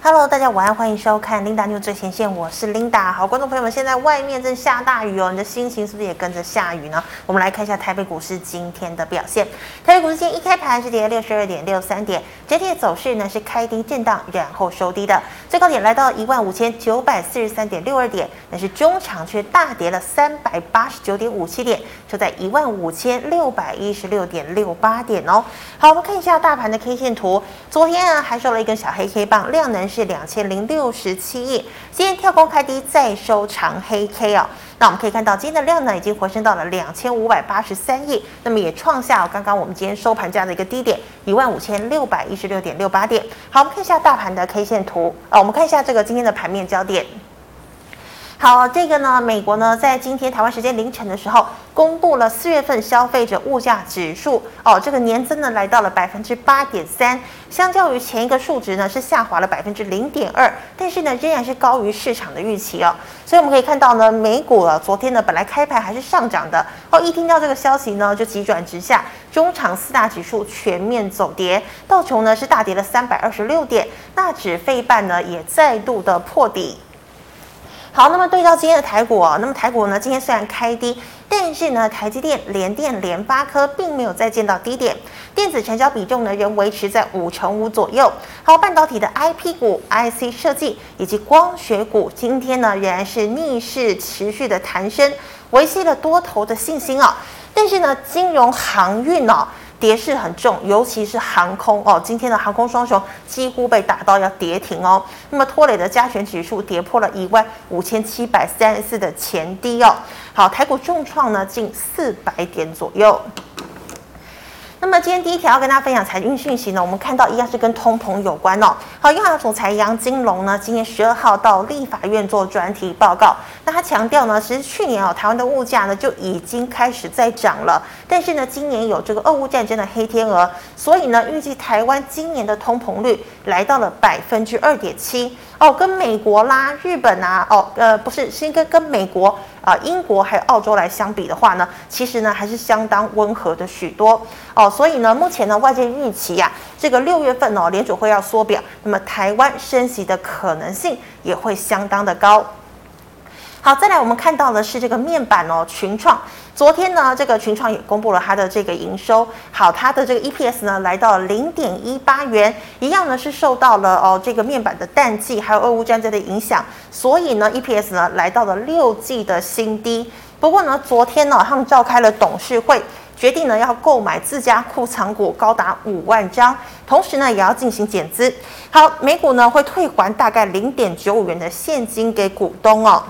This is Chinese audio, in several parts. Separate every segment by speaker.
Speaker 1: Hello，大家晚安，欢迎收看 Linda New 最前线，我是 Linda。好，观众朋友们，现在外面正下大雨哦，你的心情是不是也跟着下雨呢？我们来看一下台北股市今天的表现。台北股市今天一开盘是跌了六十二点六三点，整体的走势呢是开低震荡，然后收低的，最高点来到一万五千九百四十三点六二点，但是中场却大跌了三百八十九点五七点，就在一万五千六百一十六点六八点哦。好，我们看一下大盘的 K 线图，昨天啊还收了一根小黑 K 棒，量能是两千零六十七亿，今天跳空开低再收长黑 K 哦。那我们可以看到，今天的量呢已经回升到了两千五百八十三亿，那么也创下哦刚刚我们今天收盘价的一个低点一万五千六百一十六点六八点。好，我们看一下大盘的 K 线图啊、我们看一下这个今天的盘面焦点。好，这个呢，美国呢在今天台湾时间凌晨的时候，公布了四月份消费者物价指数哦，这个年增呢来到了百分之八点三，相较于前一个数值呢是下滑了百分之零点二，但是呢仍然是高于市场的预期哦。所以我们可以看到呢，美股啊昨天呢本来开盘还是上涨的哦，一听到这个消息呢就急转直下，中场四大指数全面走跌，道琼呢是大跌了三百二十六点，纳指费半呢也再度的破底。好，那么对照今天的台股哦，那么台股呢，今天虽然开低，但是呢，台积电、联电、联发科并没有再见到低点，电子成交比重呢仍维持在五成五左右。好，半导体的 IP 股、IC 设计以及光学股，今天呢仍然是逆势持续的弹升，维系了多头的信心哦。但是呢，金融航运哦。跌势很重，尤其是航空哦，今天的航空双雄几乎被打到要跌停哦。那么拖累的加权指数跌破了一万五千七百三十四的前低哦。好，台股重创呢近四百点左右。那么今天第一条要跟大家分享财经讯息呢，我们看到一样是跟通膨有关哦。好，央行总裁杨金龙呢，今年十二号到立法院做专题报告。那他强调呢，其实去年哦，台湾的物价呢就已经开始在涨了，但是呢，今年有这个俄乌战争的黑天鹅，所以呢，预计台湾今年的通膨率来到了百分之二点七哦，跟美国啦、日本啊，哦，呃，不是，是应该跟美国啊、英国还有澳洲来相比的话呢，其实呢还是相当温和的许多哦。所以呢，目前呢外界预期呀、这个六月份哦联储会要缩表，那么台湾升息的可能性也会相当的高。好，再来我们看到的是这个面板哦，群创。昨天呢，这个群创也公布了它的这个营收，好，它的这个 EPS 呢来到零点一八元，一样呢是受到了哦这个面板的淡季，还有俄乌战争的影响，所以呢 EPS 呢来到了六季的新低。不过呢，昨天呢他们召开了董事会。决定呢要购买自家库藏股高达五万张，同时呢也要进行减资。好，每股呢会退还大概零点九五元的现金给股东哦。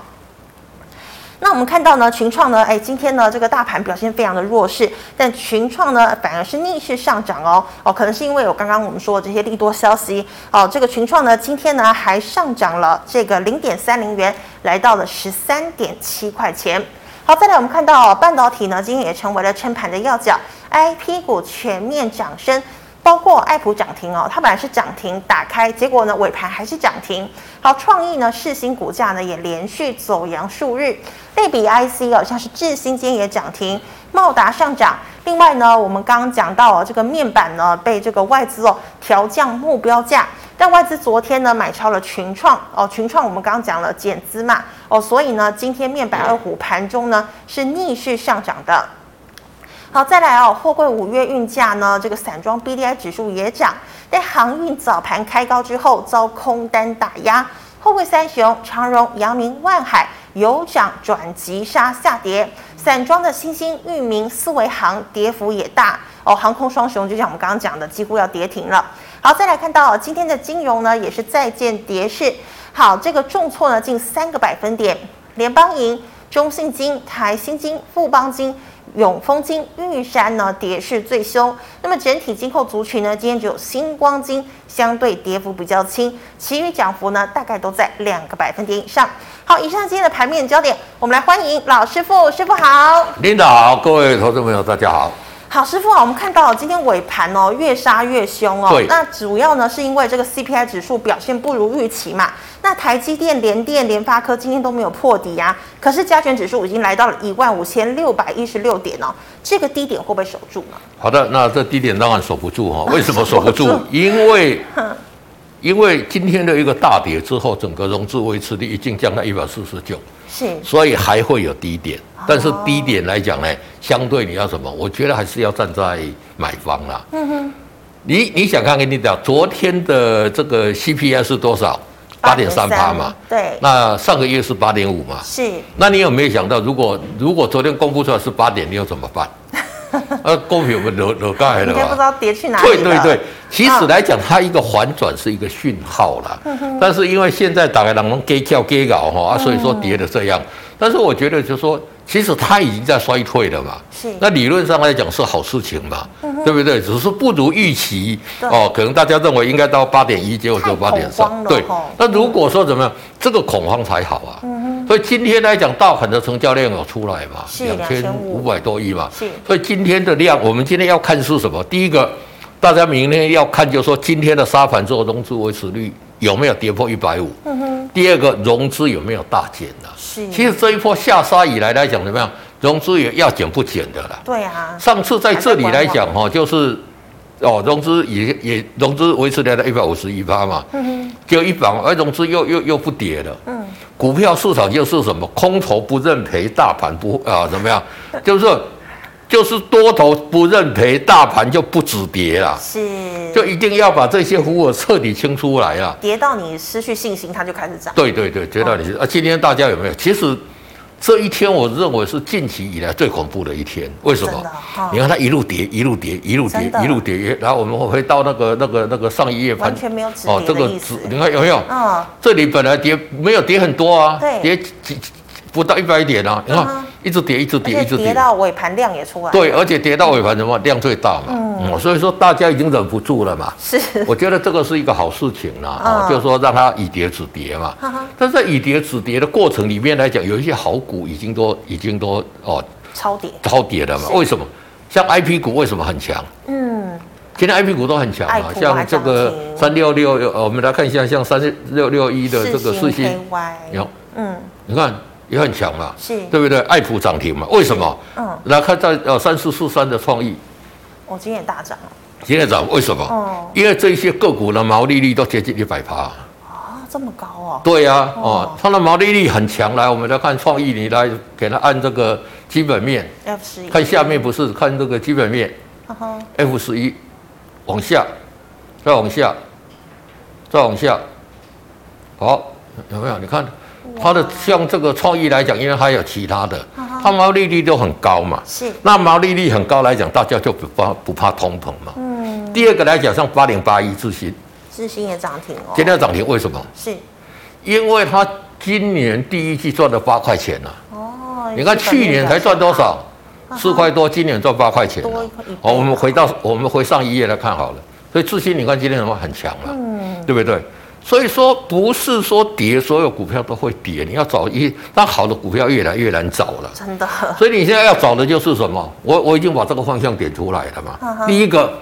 Speaker 1: 那我们看到呢，群创呢，哎，今天呢这个大盘表现非常的弱势，但群创呢反而是逆势上涨哦，哦，可能是因为有刚刚我们说的这些利多消息哦，这个群创呢今天呢还上涨了这个零点三零元，来到了十三点七块钱。好，再来我们看到、哦、半导体呢，今天也成为了撑盘的要角，IP 股全面涨升。包括爱普涨停哦，它本来是涨停打开，结果呢尾盘还是涨停。好，创意呢，世新股价呢也连续走阳数日，类比 IC 哦，像是智新今天也涨停，茂达上涨。另外呢，我们刚刚讲到哦，这个面板呢被这个外资哦调降目标价，但外资昨天呢买超了群创哦，群创我们刚刚讲了减资嘛哦，所以呢今天面板二虎盘中呢是逆势上涨的。好，再来哦，货柜五月运价呢，这个散装 B D I 指数也涨，但航运早盘开高之后遭空单打压，货柜三雄长荣、阳明、万海由涨转急杀下跌，散装的新兴、裕民、思维航跌幅也大哦，航空双雄就像我们刚刚讲的，几乎要跌停了。好，再来看到今天的金融呢，也是再见跌势，好，这个重挫呢近三个百分点，联邦银、中信金、台新金、富邦金。永丰金、玉山呢跌势最凶，那么整体金控族群呢，今天只有星光金相对跌幅比较轻，其余涨幅呢大概都在两个百分点以上。好，以上今天的盘面焦点，我们来欢迎老师傅，师傅好。
Speaker 2: 领导好，各位投资朋友，大家好。
Speaker 1: 好，师傅啊，我们看到今天尾盘哦，越杀越凶哦
Speaker 2: 对。
Speaker 1: 那主要呢是因为这个 CPI 指数表现不如预期嘛。那台积电、联电、联发科今天都没有破底啊，可是加权指数已经来到了一万五千六百一十六点哦，这个低点会不会守住呢？
Speaker 2: 好的，那这低点当然守不住哈、为什么守不
Speaker 1: 守
Speaker 2: 住
Speaker 1: 不住？
Speaker 2: 因为因为今天的一个大跌之后，整个融资维持率已经降到一百四十九，
Speaker 1: 是
Speaker 2: 所以还会有低点。但是低点来讲呢，相对你要什么？我觉得还是要站在买方啦。嗯哼，你你想看跟你讲，昨天的这个 CPI 是多少？八点三趴嘛。
Speaker 1: 对，
Speaker 2: 那上个月是八点五嘛。
Speaker 1: 是
Speaker 2: 那你有没有想到，如果如果昨天公布出来是八点，你又怎么 办？啊，股票不惹惹盖了
Speaker 1: 应该不知
Speaker 2: 吧？
Speaker 1: 道跌去哪
Speaker 2: 对
Speaker 1: 里嗯
Speaker 2: 对
Speaker 1: 了。
Speaker 2: 对，其实来讲，它一个反转是一个讯号啦。
Speaker 1: 嗯
Speaker 2: 但是因为现在大概人拢给叫给搞哈，啊，所以说
Speaker 1: 嗯
Speaker 2: 跌的这样。但是我觉得就是说，其实它已经在衰退了嘛。
Speaker 1: 是嗯
Speaker 2: 那理论上来讲是好事情嘛，对不对？只是不如预期
Speaker 1: 对
Speaker 2: 哦，可能大家认为应该到八点一，结果就八点
Speaker 1: 太
Speaker 2: 三
Speaker 1: 恐慌。了
Speaker 2: 对
Speaker 1: 吼，嗯
Speaker 2: 那如果说怎么样，这个恐慌才好啊。所以今天来讲，大盘的成交量有出来嘛，
Speaker 1: 是
Speaker 2: 千五百多亿嘛。
Speaker 1: 是
Speaker 2: 所以今天的量，我们今天要看是什么？第一个，大家明天要看，就是说今天的沙盘做融资维持率有没有跌破一百五？
Speaker 1: 嗯
Speaker 2: 第二个，融资有没有大减啊呢、
Speaker 1: 是，
Speaker 2: 其实这一波下杀以来来讲，怎么样？融资也要减不减的啦。
Speaker 1: 对啊，
Speaker 2: 上次在这里来讲哈、哦，就是哦，融资也也融资维持在一百五十一趴嘛，就一百，而融资又又又不跌了。嗯，股票市场就是什么空头不认赔，大盘不啊、怎么样？就是就是多头不认赔，大盘就不止跌啦。
Speaker 1: 是
Speaker 2: 就一定要把这些糊我彻底清出来啊啦。
Speaker 1: 跌到你失去信心，它就开始涨。
Speaker 2: 对对对，觉得你
Speaker 1: 哦
Speaker 2: 是啊，今天大家有没有？其实这一天我认为是近期以来最恐怖的一天，为什
Speaker 1: 真
Speaker 2: 么
Speaker 1: 的哈？
Speaker 2: 你看它一路跌，一路跌，一路
Speaker 1: 真
Speaker 2: 跌
Speaker 1: 的，
Speaker 2: 一路跌，然后我们会回到那个那个那个上一页盘
Speaker 1: 完，全没有止
Speaker 2: 哦，
Speaker 1: 跌
Speaker 2: 这
Speaker 1: 的
Speaker 2: 个
Speaker 1: 意
Speaker 2: 指
Speaker 1: 思。
Speaker 2: 你看有没有？
Speaker 1: 嗯，
Speaker 2: 这里本来跌没有跌很多啊
Speaker 1: 对，
Speaker 2: 跌几几不到一百点啊，你看
Speaker 1: 嗯哼
Speaker 2: 一直跌，一直
Speaker 1: 而
Speaker 2: 跌，
Speaker 1: 且
Speaker 2: 一直
Speaker 1: 跌
Speaker 2: 跌。
Speaker 1: 到尾盘量也出来。，
Speaker 2: 对，而且跌到尾盘什么量最大嘛，嗯，所以说大家已经忍不住了嘛，
Speaker 1: 是
Speaker 2: 我觉得这个是一个好事情啦，哦，
Speaker 1: 嗯
Speaker 2: 就是说让它以跌止跌嘛
Speaker 1: 哈哈。
Speaker 2: 但是在以跌止跌的过程里面来讲，有一些好股已经都已经都哦
Speaker 1: 超跌。
Speaker 2: 超跌了嘛。
Speaker 1: 是
Speaker 2: 为什么？像 I P 股为什么很强？
Speaker 1: 嗯，
Speaker 2: 今天 I P 股都很强
Speaker 1: 爱普
Speaker 2: 嘛
Speaker 1: 啊，
Speaker 2: 像这个
Speaker 1: 涨
Speaker 2: 三六六，呃，我们来看一下，像三六六一的这个四星，
Speaker 1: KY，
Speaker 2: 有
Speaker 1: 嗯，
Speaker 2: 你看也很强嘛，
Speaker 1: 是
Speaker 2: 对不对？爱普涨停嘛，为什么？
Speaker 1: 嗯，
Speaker 2: 来看在呃三四四三的创意，
Speaker 1: 我今天也大涨了
Speaker 2: 今天涨为什么？
Speaker 1: 哦
Speaker 2: 因为这些个股的毛利率都接近一百趴。
Speaker 1: 啊，这么高哦，
Speaker 2: 对呀、
Speaker 1: 哦
Speaker 2: 哦，它的毛利率很强。来，我们来看创意，你来给它按这个基本面，
Speaker 1: F 十一，
Speaker 2: 看下面不是看这个基本面
Speaker 1: 哈哈，
Speaker 2: F 十一，往下，再往下，再往下，好，有没有？你看它的像这个创意来讲，因为还有其他的，它毛利率都很高嘛。
Speaker 1: 是
Speaker 2: 那毛利率很高来讲，大家就不怕不怕通膨嘛。嗯。第二个来讲，像八零八一自行，
Speaker 1: 智新也涨停哦，
Speaker 2: 今天涨停为什么？
Speaker 1: 是
Speaker 2: 因为它今年第一季赚了八块钱了、
Speaker 1: 哦，
Speaker 2: 你看
Speaker 1: 基本面
Speaker 2: 去年才赚多少？四块多，今年赚八块钱了、
Speaker 1: 啊
Speaker 2: 啊
Speaker 1: 多一块一倍
Speaker 2: 好，我们回到我们回上一页来看好了。所以智新，你看今天什么很强了、
Speaker 1: 嗯
Speaker 2: 对不对？所以说不是说跌，所有股票都会跌，你要找一，但好的股票越来越难找了
Speaker 1: 比较。真的
Speaker 2: 所以你现在要找的就是什么？我我已经把这个方向点出来了嘛。
Speaker 1: 嗯哼
Speaker 2: 第一个，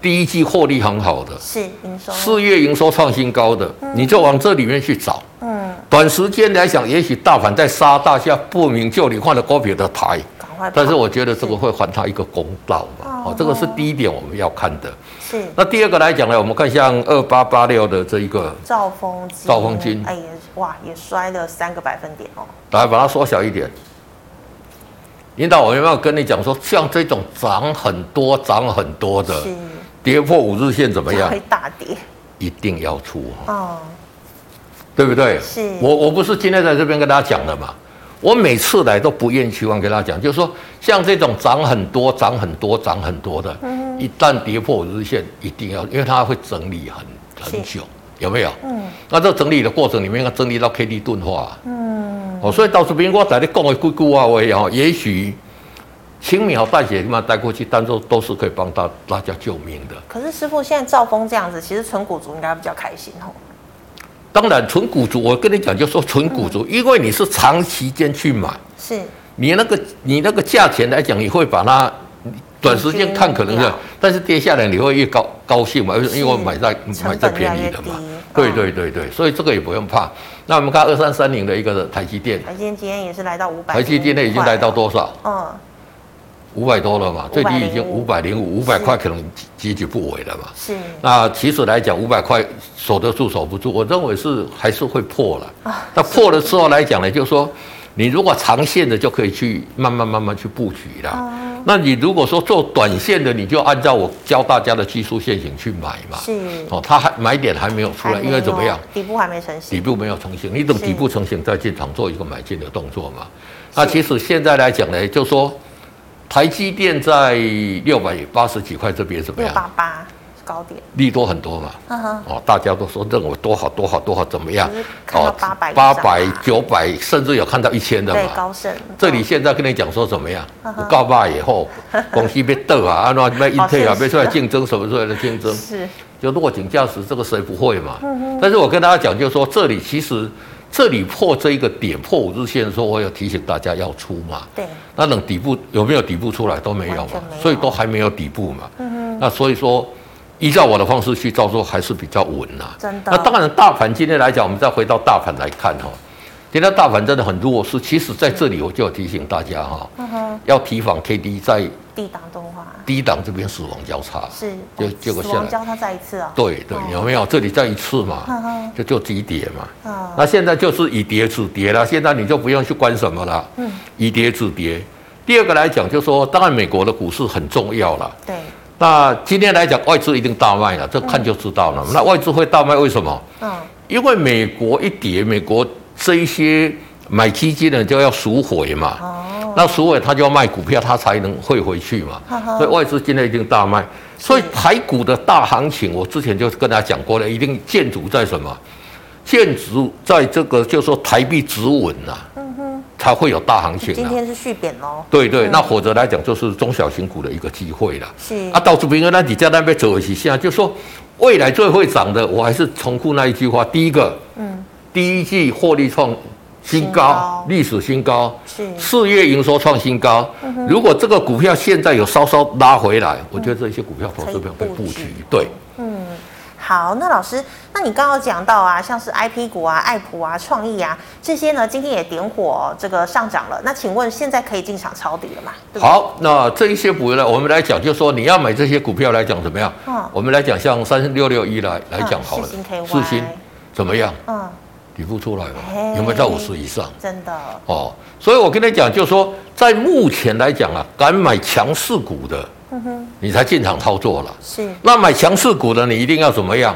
Speaker 2: 第一季获利很好的，
Speaker 1: 是营收，
Speaker 2: 四月营收创新高的，你就往这里面去找。
Speaker 1: 嗯，
Speaker 2: 短时间来讲，也许大盘在杀大下不明就里换了股票的台，
Speaker 1: 赶快跑，
Speaker 2: 但是我觉得这个会还他一个公道嘛。
Speaker 1: 哦
Speaker 2: 哦，这个是第一点我们要看的。
Speaker 1: 是
Speaker 2: 那第二个来讲呢，我们看像二八八六的这一个，
Speaker 1: 兆丰金，
Speaker 2: 兆丰金
Speaker 1: 哎也哇也摔了三个百分点哦，
Speaker 2: 来把它缩小一点。领导，我有没有跟你讲说，像这种涨很多、涨很多的，
Speaker 1: 是
Speaker 2: 跌破五日线怎么样
Speaker 1: 会？大跌，
Speaker 2: 一定要出哦。
Speaker 1: 哦，
Speaker 2: 对不对？
Speaker 1: 是
Speaker 2: 我我不是今天在这边跟大家讲的嘛，我每次来都不厌其烦跟大家讲，就是说像这种涨很多、涨很多、涨很多的，
Speaker 1: 嗯
Speaker 2: 一旦跌破五日线，一定要，因为它会整理很很
Speaker 1: 是
Speaker 2: 久，有没有？
Speaker 1: 嗯，
Speaker 2: 那这整理的过程里面，要整理到 K D 钝化，嗯，哦，所以到时边我在你讲的句句话话哦，也许轻描淡写嘛带过去，但都都是可以帮大大家救命的。
Speaker 1: 可是师傅现在兆丰这样子，其实纯股族应该比较开心哦，
Speaker 2: 当然，纯股族，我跟你讲，就说纯股族，
Speaker 1: 嗯
Speaker 2: 因为你是长期间去买。
Speaker 1: 是
Speaker 2: 你那个你那个价钱来讲，你会把它短时间看可能
Speaker 1: 平均
Speaker 2: 是
Speaker 1: 掉，
Speaker 2: 但是跌下来你会越高高兴嘛，因为
Speaker 1: 是
Speaker 2: 因为我买在
Speaker 1: 成本
Speaker 2: 买在便宜的
Speaker 1: 越来越
Speaker 2: 嘛
Speaker 1: 低，
Speaker 2: 对
Speaker 1: 嗯
Speaker 2: 对对对，所以这个也不用怕。那我们看二三三零的一个台积电，
Speaker 1: 台积电今天也是来到五百，
Speaker 2: 台积电呢已经来到，多少？
Speaker 1: 嗯，
Speaker 2: 五百多了嘛，最低已经
Speaker 1: 505
Speaker 2: 五百零五，五百
Speaker 1: 是
Speaker 2: 块可能岌岌不稳了嘛。
Speaker 1: 是
Speaker 2: 那其实来讲，五百块守得住守不住，我认为是还是会破了。
Speaker 1: 啊
Speaker 2: 那破了之后来讲呢，就是说你如果长线的就可以去慢慢慢慢去布局
Speaker 1: 哦
Speaker 2: 啦。那你如果说做短线的，你就按照我教大家的技术线型去买嘛。
Speaker 1: 是，
Speaker 2: 哦，它还买点还没有出
Speaker 1: 还
Speaker 2: 来，
Speaker 1: 没
Speaker 2: 因为怎么
Speaker 1: 有
Speaker 2: 样，？
Speaker 1: 底部还没成型
Speaker 2: 底，部没有成型，你等
Speaker 1: 是
Speaker 2: 底部成型再进场做一个买进的动作嘛。那其实现在来讲呢，就说台积电在六百八十几块这边怎么
Speaker 1: 六
Speaker 2: 样？
Speaker 1: 八八是高点，
Speaker 2: 利多很多嘛。
Speaker 1: 嗯哼，
Speaker 2: 哦，大家都说认为多好多好多好怎么样哦
Speaker 1: 就是？看到800
Speaker 2: 八
Speaker 1: 以上
Speaker 2: 百
Speaker 1: 啊、
Speaker 2: 九百，甚至有看到一千的
Speaker 1: 对，
Speaker 2: 嘛。
Speaker 1: 高盛
Speaker 2: 这里现在跟你讲说怎么样？
Speaker 1: 嗯
Speaker 2: 我告罢以后，公司被斗 啊，啊那被英
Speaker 1: 好
Speaker 2: 特
Speaker 1: 现
Speaker 2: 啊，
Speaker 1: 实
Speaker 2: 被出来竞争什么出来的竞争
Speaker 1: 嗯？是
Speaker 2: 就落井下石，这个谁不会嘛？
Speaker 1: 嗯
Speaker 2: 但是我跟大家讲，就是说这里其实这里破这一个点破五日线的时候，我有提醒大家要出嘛。
Speaker 1: 对，
Speaker 2: 那等底部有没有底部出来都没有
Speaker 1: 完
Speaker 2: 嘛
Speaker 1: 全没，有嗯
Speaker 2: 所以都还没有底部嘛。那所以说，依照我的方式去操作还是比较稳呐、
Speaker 1: 真的
Speaker 2: 那当然，大盘今天来讲，我们再回到大盘来看哈、今天大盘真的很弱势。其实在这里我就有提醒大家哈、
Speaker 1: 嗯哼，
Speaker 2: 要提防 K D 在
Speaker 1: 地档动画
Speaker 2: 低档这边死亡交叉。
Speaker 1: 是，
Speaker 2: 就
Speaker 1: 哦
Speaker 2: 结果
Speaker 1: 死
Speaker 2: 下
Speaker 1: 亡
Speaker 2: 来
Speaker 1: 交叉再一次啊，
Speaker 2: 对对
Speaker 1: 哦，
Speaker 2: 有没有？这里再一次
Speaker 1: 嗯
Speaker 2: 嘛，
Speaker 1: 哼，
Speaker 2: 就就急跌嘛。
Speaker 1: 啊，
Speaker 2: 那现在就是以跌止跌了，现在你就不用去管什么了，
Speaker 1: 嗯，
Speaker 2: 以跌止跌。第二个来讲，就说当然美国的股市很重要了。
Speaker 1: 对，
Speaker 2: 那今天来讲，外资一定大卖了，这看就知道了。那外资会大卖，为什么？
Speaker 1: 嗯，
Speaker 2: 因为美国一跌，美国这一些买基金的人就要赎回嘛。
Speaker 1: 哦，
Speaker 2: 那赎回他就要卖股票，他才能汇回去嘛
Speaker 1: 呵。呵
Speaker 2: 所以外资今天一定大卖，所以台股的大行情，我之前就跟大家讲过了，一定建筑在什么？建筑在这个就是说台币止稳呐、
Speaker 1: 嗯哼，
Speaker 2: 才会有大行情
Speaker 1: 今
Speaker 2: 啊。
Speaker 1: 天嗯是续贬喽，
Speaker 2: 对对，那或者来讲就是中小型股的一个机会了。
Speaker 1: 是
Speaker 2: 啊，到这边那你在那边走一下，就说未来最会涨的，我还是重复那一句话，第一个，
Speaker 1: 嗯，
Speaker 2: 第一季获利创新
Speaker 1: 新高
Speaker 2: 高，历史新高。
Speaker 1: 是
Speaker 2: 四月营收创新高，如果这个股票现在有稍稍拉回来，我觉得这些股票投资票嗯可以布
Speaker 1: 可以
Speaker 2: 局
Speaker 1: 布局。
Speaker 2: 对，
Speaker 1: 嗯，好，那老师，那你刚刚有讲到啊，像是 IP 股啊、爱普啊、创意啊这些呢，今天也点火哦、这个上涨了。那请问现在可以进场抄底了吗？对不对，
Speaker 2: 好，那这一些股呢，我们来讲，就说你要买这些股票来讲怎么样？
Speaker 1: 嗯
Speaker 2: 我们来讲，像三六六一来来讲好了
Speaker 1: 世新，KY
Speaker 2: 嗯四星怎么样？
Speaker 1: 嗯，
Speaker 2: 底部出来了，
Speaker 1: 嘿
Speaker 2: 有没有到五十以上？
Speaker 1: 真的
Speaker 2: 哦，所以我跟你讲，就说在目前来讲啊，敢买强势股的，你才进场操作了。
Speaker 1: 是
Speaker 2: 那买强势股的，你一定要怎么样？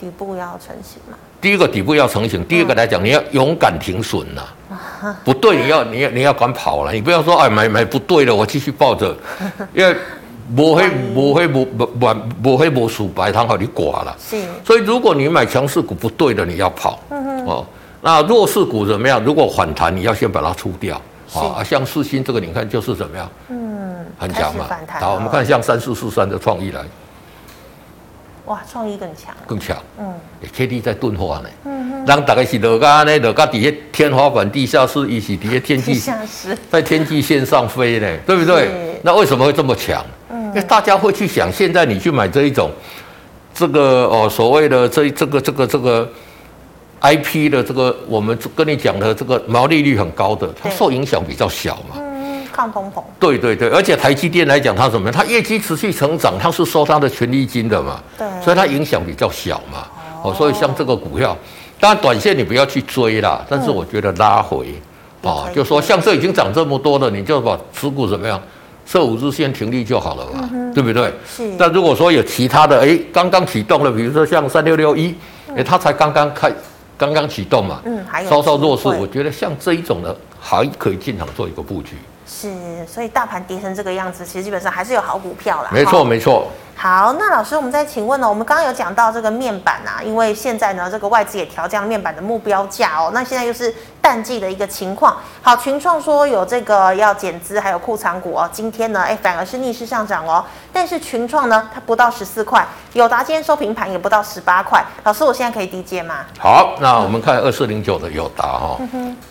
Speaker 1: 底部要成型嘛？
Speaker 2: 第一个底部要成型，第二个来讲，你要勇敢停损呐、不对，你要你要你要敢跑了，你不要说哎买买不对了，我继续抱着，因为抹黑抹黑抹抹抹黑抹数白糖好你挂了。
Speaker 1: 是
Speaker 2: 所以如果你买强势股不对的，你要跑。
Speaker 1: 嗯
Speaker 2: 哦，那弱势股怎么样？如果反弹，你要先把它出掉。
Speaker 1: 是
Speaker 2: 啊，像四星这个，你看就是怎么样，
Speaker 1: 嗯，
Speaker 2: 很
Speaker 1: 开
Speaker 2: 强
Speaker 1: 始
Speaker 2: 嘛
Speaker 1: 反。弹了。
Speaker 2: 好，我们看像三四四三的创意来
Speaker 1: 哇，创意更 强，
Speaker 2: 更强。
Speaker 1: 嗯
Speaker 2: K D 在钝化呢，
Speaker 1: 嗯哼，
Speaker 2: 人大概是落咖呢，落咖底下天花板地下室，一起底下天
Speaker 1: 地
Speaker 2: 际
Speaker 1: 下室
Speaker 2: 在天际线上飞呢，对不对
Speaker 1: 是？嗯
Speaker 2: 那为什么会这么强？因为大家会去想，现在你去买这一种，这个哦所谓的这这个这个这个 I P 的这个，我们跟你讲的这个毛利率很高的，它
Speaker 1: 对
Speaker 2: 受影响比较小嘛。
Speaker 1: 嗯，抗通膨
Speaker 2: 对对对，而且台积电来讲，它怎么样？它业绩持续成长，它是收它的权利金的嘛，
Speaker 1: 对
Speaker 2: 所以它影响比较小嘛。哦，所以像这个股票，当然短线你不要去追啦，但是我觉得拉回，哦
Speaker 1: 嗯也可，以
Speaker 2: 就说像这已经涨这么多了，你就把持股怎么样？设五日线停利就好了嘛，对不对？
Speaker 1: 嗯是
Speaker 2: 那如果说有其他的，哎，刚刚启动了，比如说像三六六一，哎，它才刚刚开，刚刚启动嘛，
Speaker 1: 嗯还有
Speaker 2: 稍稍弱势，
Speaker 1: 机会
Speaker 2: 我觉得像这一种的还可以进场做一个布局，
Speaker 1: 是，所以大盘跌成这个样子，其实基本上还是有好股票啦。
Speaker 2: 没
Speaker 1: 哈
Speaker 2: 错没错。
Speaker 1: 好，那老师，我们再请问呢、我们刚刚有讲到这个面板啊，因为现在呢，这个外资也调降面板的目标价哦。那现在又是淡季的一个情况。好，群创说有这个要减资，还有库藏股哦。今天呢，哎，反而是逆势上涨哦。但是群创呢，它不到十四块，友达今天收平盘也不到十八块。老师，我现在可以低接吗？
Speaker 2: 好，那我们看二四零九的友达哈，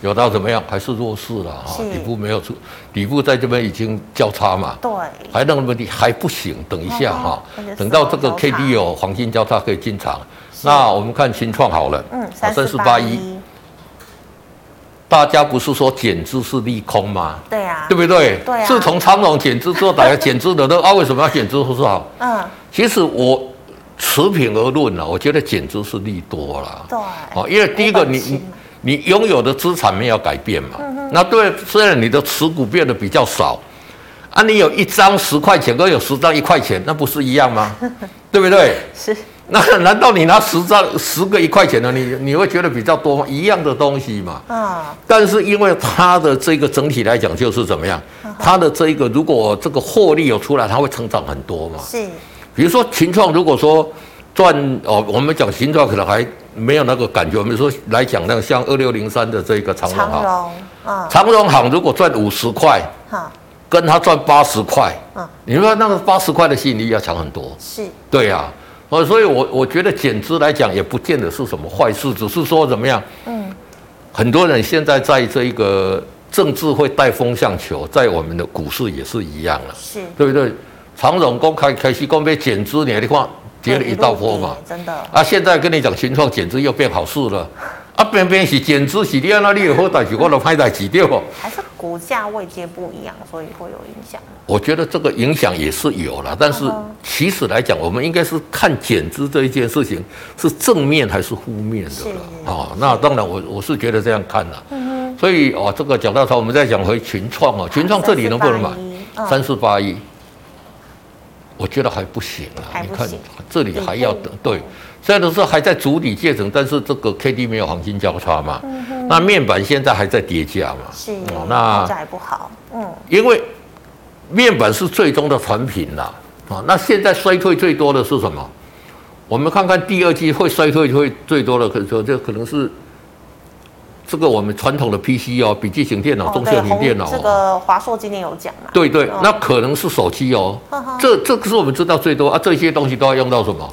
Speaker 2: 友达怎么样？还是弱势了哈，
Speaker 1: 嗯是
Speaker 2: 底部没有出，底部在这边已经交叉嘛，
Speaker 1: 对，
Speaker 2: 还那么低还不行，等一下哈
Speaker 1: 嗯哼，
Speaker 2: 等到这个
Speaker 1: 那就
Speaker 2: K
Speaker 1: 是
Speaker 2: D 有黄金交叉可以哦进场。那我们看新创好了，啊
Speaker 1: 嗯，
Speaker 2: 好
Speaker 1: 三四八一，
Speaker 2: 大家不是说减资是利空吗？
Speaker 1: 对呀、
Speaker 2: 对不对？
Speaker 1: 对啊
Speaker 2: 自从长隆减资之后，大家减资的都啊，为什么要减资不是好？
Speaker 1: 嗯，
Speaker 2: 其实我持平而论了，我觉得减资是利多啦。
Speaker 1: 对，
Speaker 2: 哦，因为第一个你
Speaker 1: 股本期
Speaker 2: 你
Speaker 1: 嘛
Speaker 2: 你拥有的资产没有改变嘛，那对，虽然你的持股变得比较少，啊，你有一张十块钱跟有十张一块钱，那不是一样吗？对不对？
Speaker 1: 是，
Speaker 2: 那难道你拿十张十个一块钱的，你你会觉得比较多吗？一样的东西嘛。
Speaker 1: 嗯，
Speaker 2: 但是因为它的这个整体来讲就是怎么样，它的这一个如果这个获利有出来，它会成长很多嘛。
Speaker 1: 是，
Speaker 2: 比如说秦创，如果说赚哦，我们讲秦创可能还没有那个感觉，我们说来讲那个像二六零三的这个长荣
Speaker 1: 长
Speaker 2: 行，
Speaker 1: 荣，嗯，
Speaker 2: 长荣行如果赚五十块，
Speaker 1: 好，
Speaker 2: 跟它赚八十块，
Speaker 1: 嗯，
Speaker 2: 你说那个八十块的吸引力要强很多，
Speaker 1: 是，
Speaker 2: 对呀、啊。哦，所以我我觉得减资来讲也不见得是什么坏事，只是说怎么样，
Speaker 1: 嗯，
Speaker 2: 很多人现在在这一个政治会带风向球，在我们的股市也是一样了，啊
Speaker 1: 是，
Speaker 2: 对不对？长荣公开开始公被减资，你的话跌了一道坡嘛
Speaker 1: 对，，一路跌真的，
Speaker 2: 啊，现在跟你讲群创减资又变好事了，啊，偏偏是减资是你那里有好代志，我都歹代志对不？
Speaker 1: 还是股价位阶不一样，所以会有影响。
Speaker 2: 我觉得这个影响也是有了，但
Speaker 1: 哦
Speaker 2: 是其实来讲，我们应该是看减资这一件事情是正面还是负面的了
Speaker 1: 是嗯
Speaker 2: 啊、哦那当然我，我是觉得这样看了。所以哦，这个讲到它，我们再讲回群创哦，群创这里能不能买？
Speaker 1: 嗯
Speaker 2: 三四八一，我觉得还不行啊。
Speaker 1: 还
Speaker 2: 你
Speaker 1: 不
Speaker 2: 看
Speaker 1: 行
Speaker 2: 这里还要等，对，虽然说还在主体阶层，但是这个 K D 没有黄金交叉嘛，那面板现在还在叠加嘛，
Speaker 1: 嗯是，
Speaker 2: 哦
Speaker 1: 股
Speaker 2: 那哦
Speaker 1: 价也不好，嗯，
Speaker 2: 因为面板是最终的产品啦，啊，那现在衰退最多的是什么？我们看看第二季会衰退会最多的，可说这可能是这个我们传统的 PC 哦，笔记型电脑、
Speaker 1: 哦
Speaker 2: 中
Speaker 1: 对
Speaker 2: 小型
Speaker 1: 红
Speaker 2: 电脑、啊
Speaker 1: 这个华硕今年有讲嘛？
Speaker 2: 对对
Speaker 1: 哦，
Speaker 2: 那可能是手机哦
Speaker 1: 呵呵，
Speaker 2: 这这个是我们知道最多啊，这些东西都要用到什么？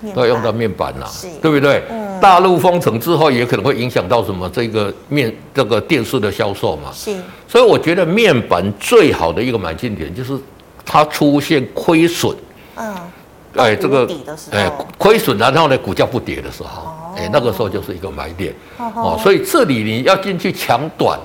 Speaker 1: 面
Speaker 2: 都要用
Speaker 1: 板
Speaker 2: 到面板啦、
Speaker 1: 是
Speaker 2: 对不对？
Speaker 1: 嗯
Speaker 2: 大陆封城之后，也可能会影响到什么这个面这个电视的销售嘛。
Speaker 1: 是，
Speaker 2: 所以我觉得面板最好的一个买进点就是它出现亏损，
Speaker 1: 嗯，
Speaker 2: 哎，这个
Speaker 1: 谷底的时候
Speaker 2: 哎亏损，然后呢股价不跌的时候，哎，那个时候就是一个买点
Speaker 1: 哦吼
Speaker 2: 哦。所以这里你要进去抢短，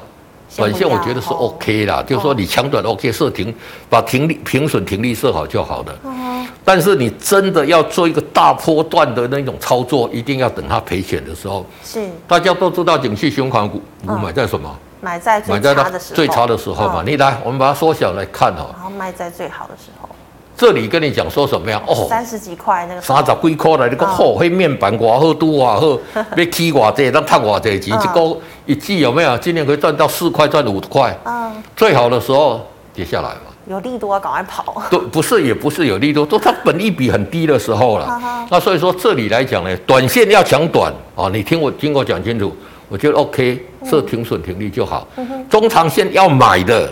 Speaker 1: 先不
Speaker 2: 短线我觉得是
Speaker 1: 要哦
Speaker 2: OK 啦，就是说你抢短 OK 设停，把停利平损停利设好就好了。
Speaker 1: 嗯
Speaker 2: 但是你真的要做一个大波段的那种操作，一定要等它赔钱的时候。
Speaker 1: 是
Speaker 2: 大家都知道景气循环股股买在什么？
Speaker 1: 买在
Speaker 2: 买
Speaker 1: 嗯最
Speaker 2: 在
Speaker 1: 差
Speaker 2: 它
Speaker 1: 的时候，
Speaker 2: 最差的时候嘛。
Speaker 1: 嗯
Speaker 2: 你来，我们把它缩小来看哦。
Speaker 1: 然后卖在最好的时候，
Speaker 2: 这里跟你讲说什么呀？哦，
Speaker 1: 三十几块那个时候
Speaker 2: 三十几块来，你讲
Speaker 1: 嗯
Speaker 2: 好，迄面板偌好，拄偌好， 要起偌济，咱赚偌济钱，
Speaker 1: 嗯
Speaker 2: 一个一季有没有？今年可以赚到四块，赚五块，
Speaker 1: 嗯，
Speaker 2: 最好的时候跌下来嘛。
Speaker 1: 有利多赶快跑，
Speaker 2: 都不是，也不是有利多，都它本利比很低的时候
Speaker 1: 嗯
Speaker 2: 了
Speaker 1: 哼。
Speaker 2: 那所以说这里来讲呢，短线要抢短啊、哦，你听我听我讲清楚，我觉得 OK，设停损停利就好。中长线要买的，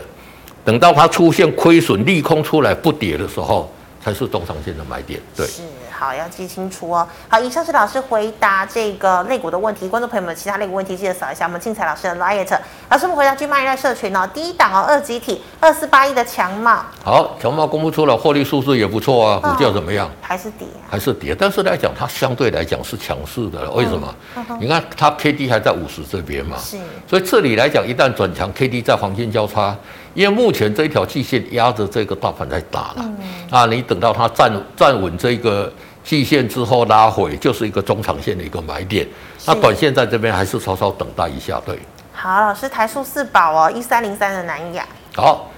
Speaker 2: 等到它出现亏损利空出来不跌的时候，才是中长线的买点。 对。
Speaker 1: 是好要记清楚哦。好，以上是老师回答这个肋骨的问题，观众朋友们其他肋骨问题记得扫一下我们庆彩老师的 Light，老师我们回答 G 麦赖社群哦，第一档哦二级体二四八一的强茂
Speaker 2: 好，强茂公布出来获利数字也不错啊，
Speaker 1: 嗯
Speaker 2: 股价怎么样？
Speaker 1: 还是底啊，
Speaker 2: 还是跌，但是来讲，它相对来讲是强势的了。为什么？你看它 K D 还在五十这边嘛，
Speaker 1: 是
Speaker 2: 所以这里来讲，一旦转强，K D 在黄金交叉，因为目前这一条季线压着这个大盘在打了。
Speaker 1: 嗯
Speaker 2: 啊，你等到它站站稳这个季线之后拉回，就是一个中长线的一个买点。那
Speaker 1: 是
Speaker 2: 短线在这边还是稍稍等待一下，对。
Speaker 1: 好，老师台数四宝哦，一三零三的南亚
Speaker 2: 好，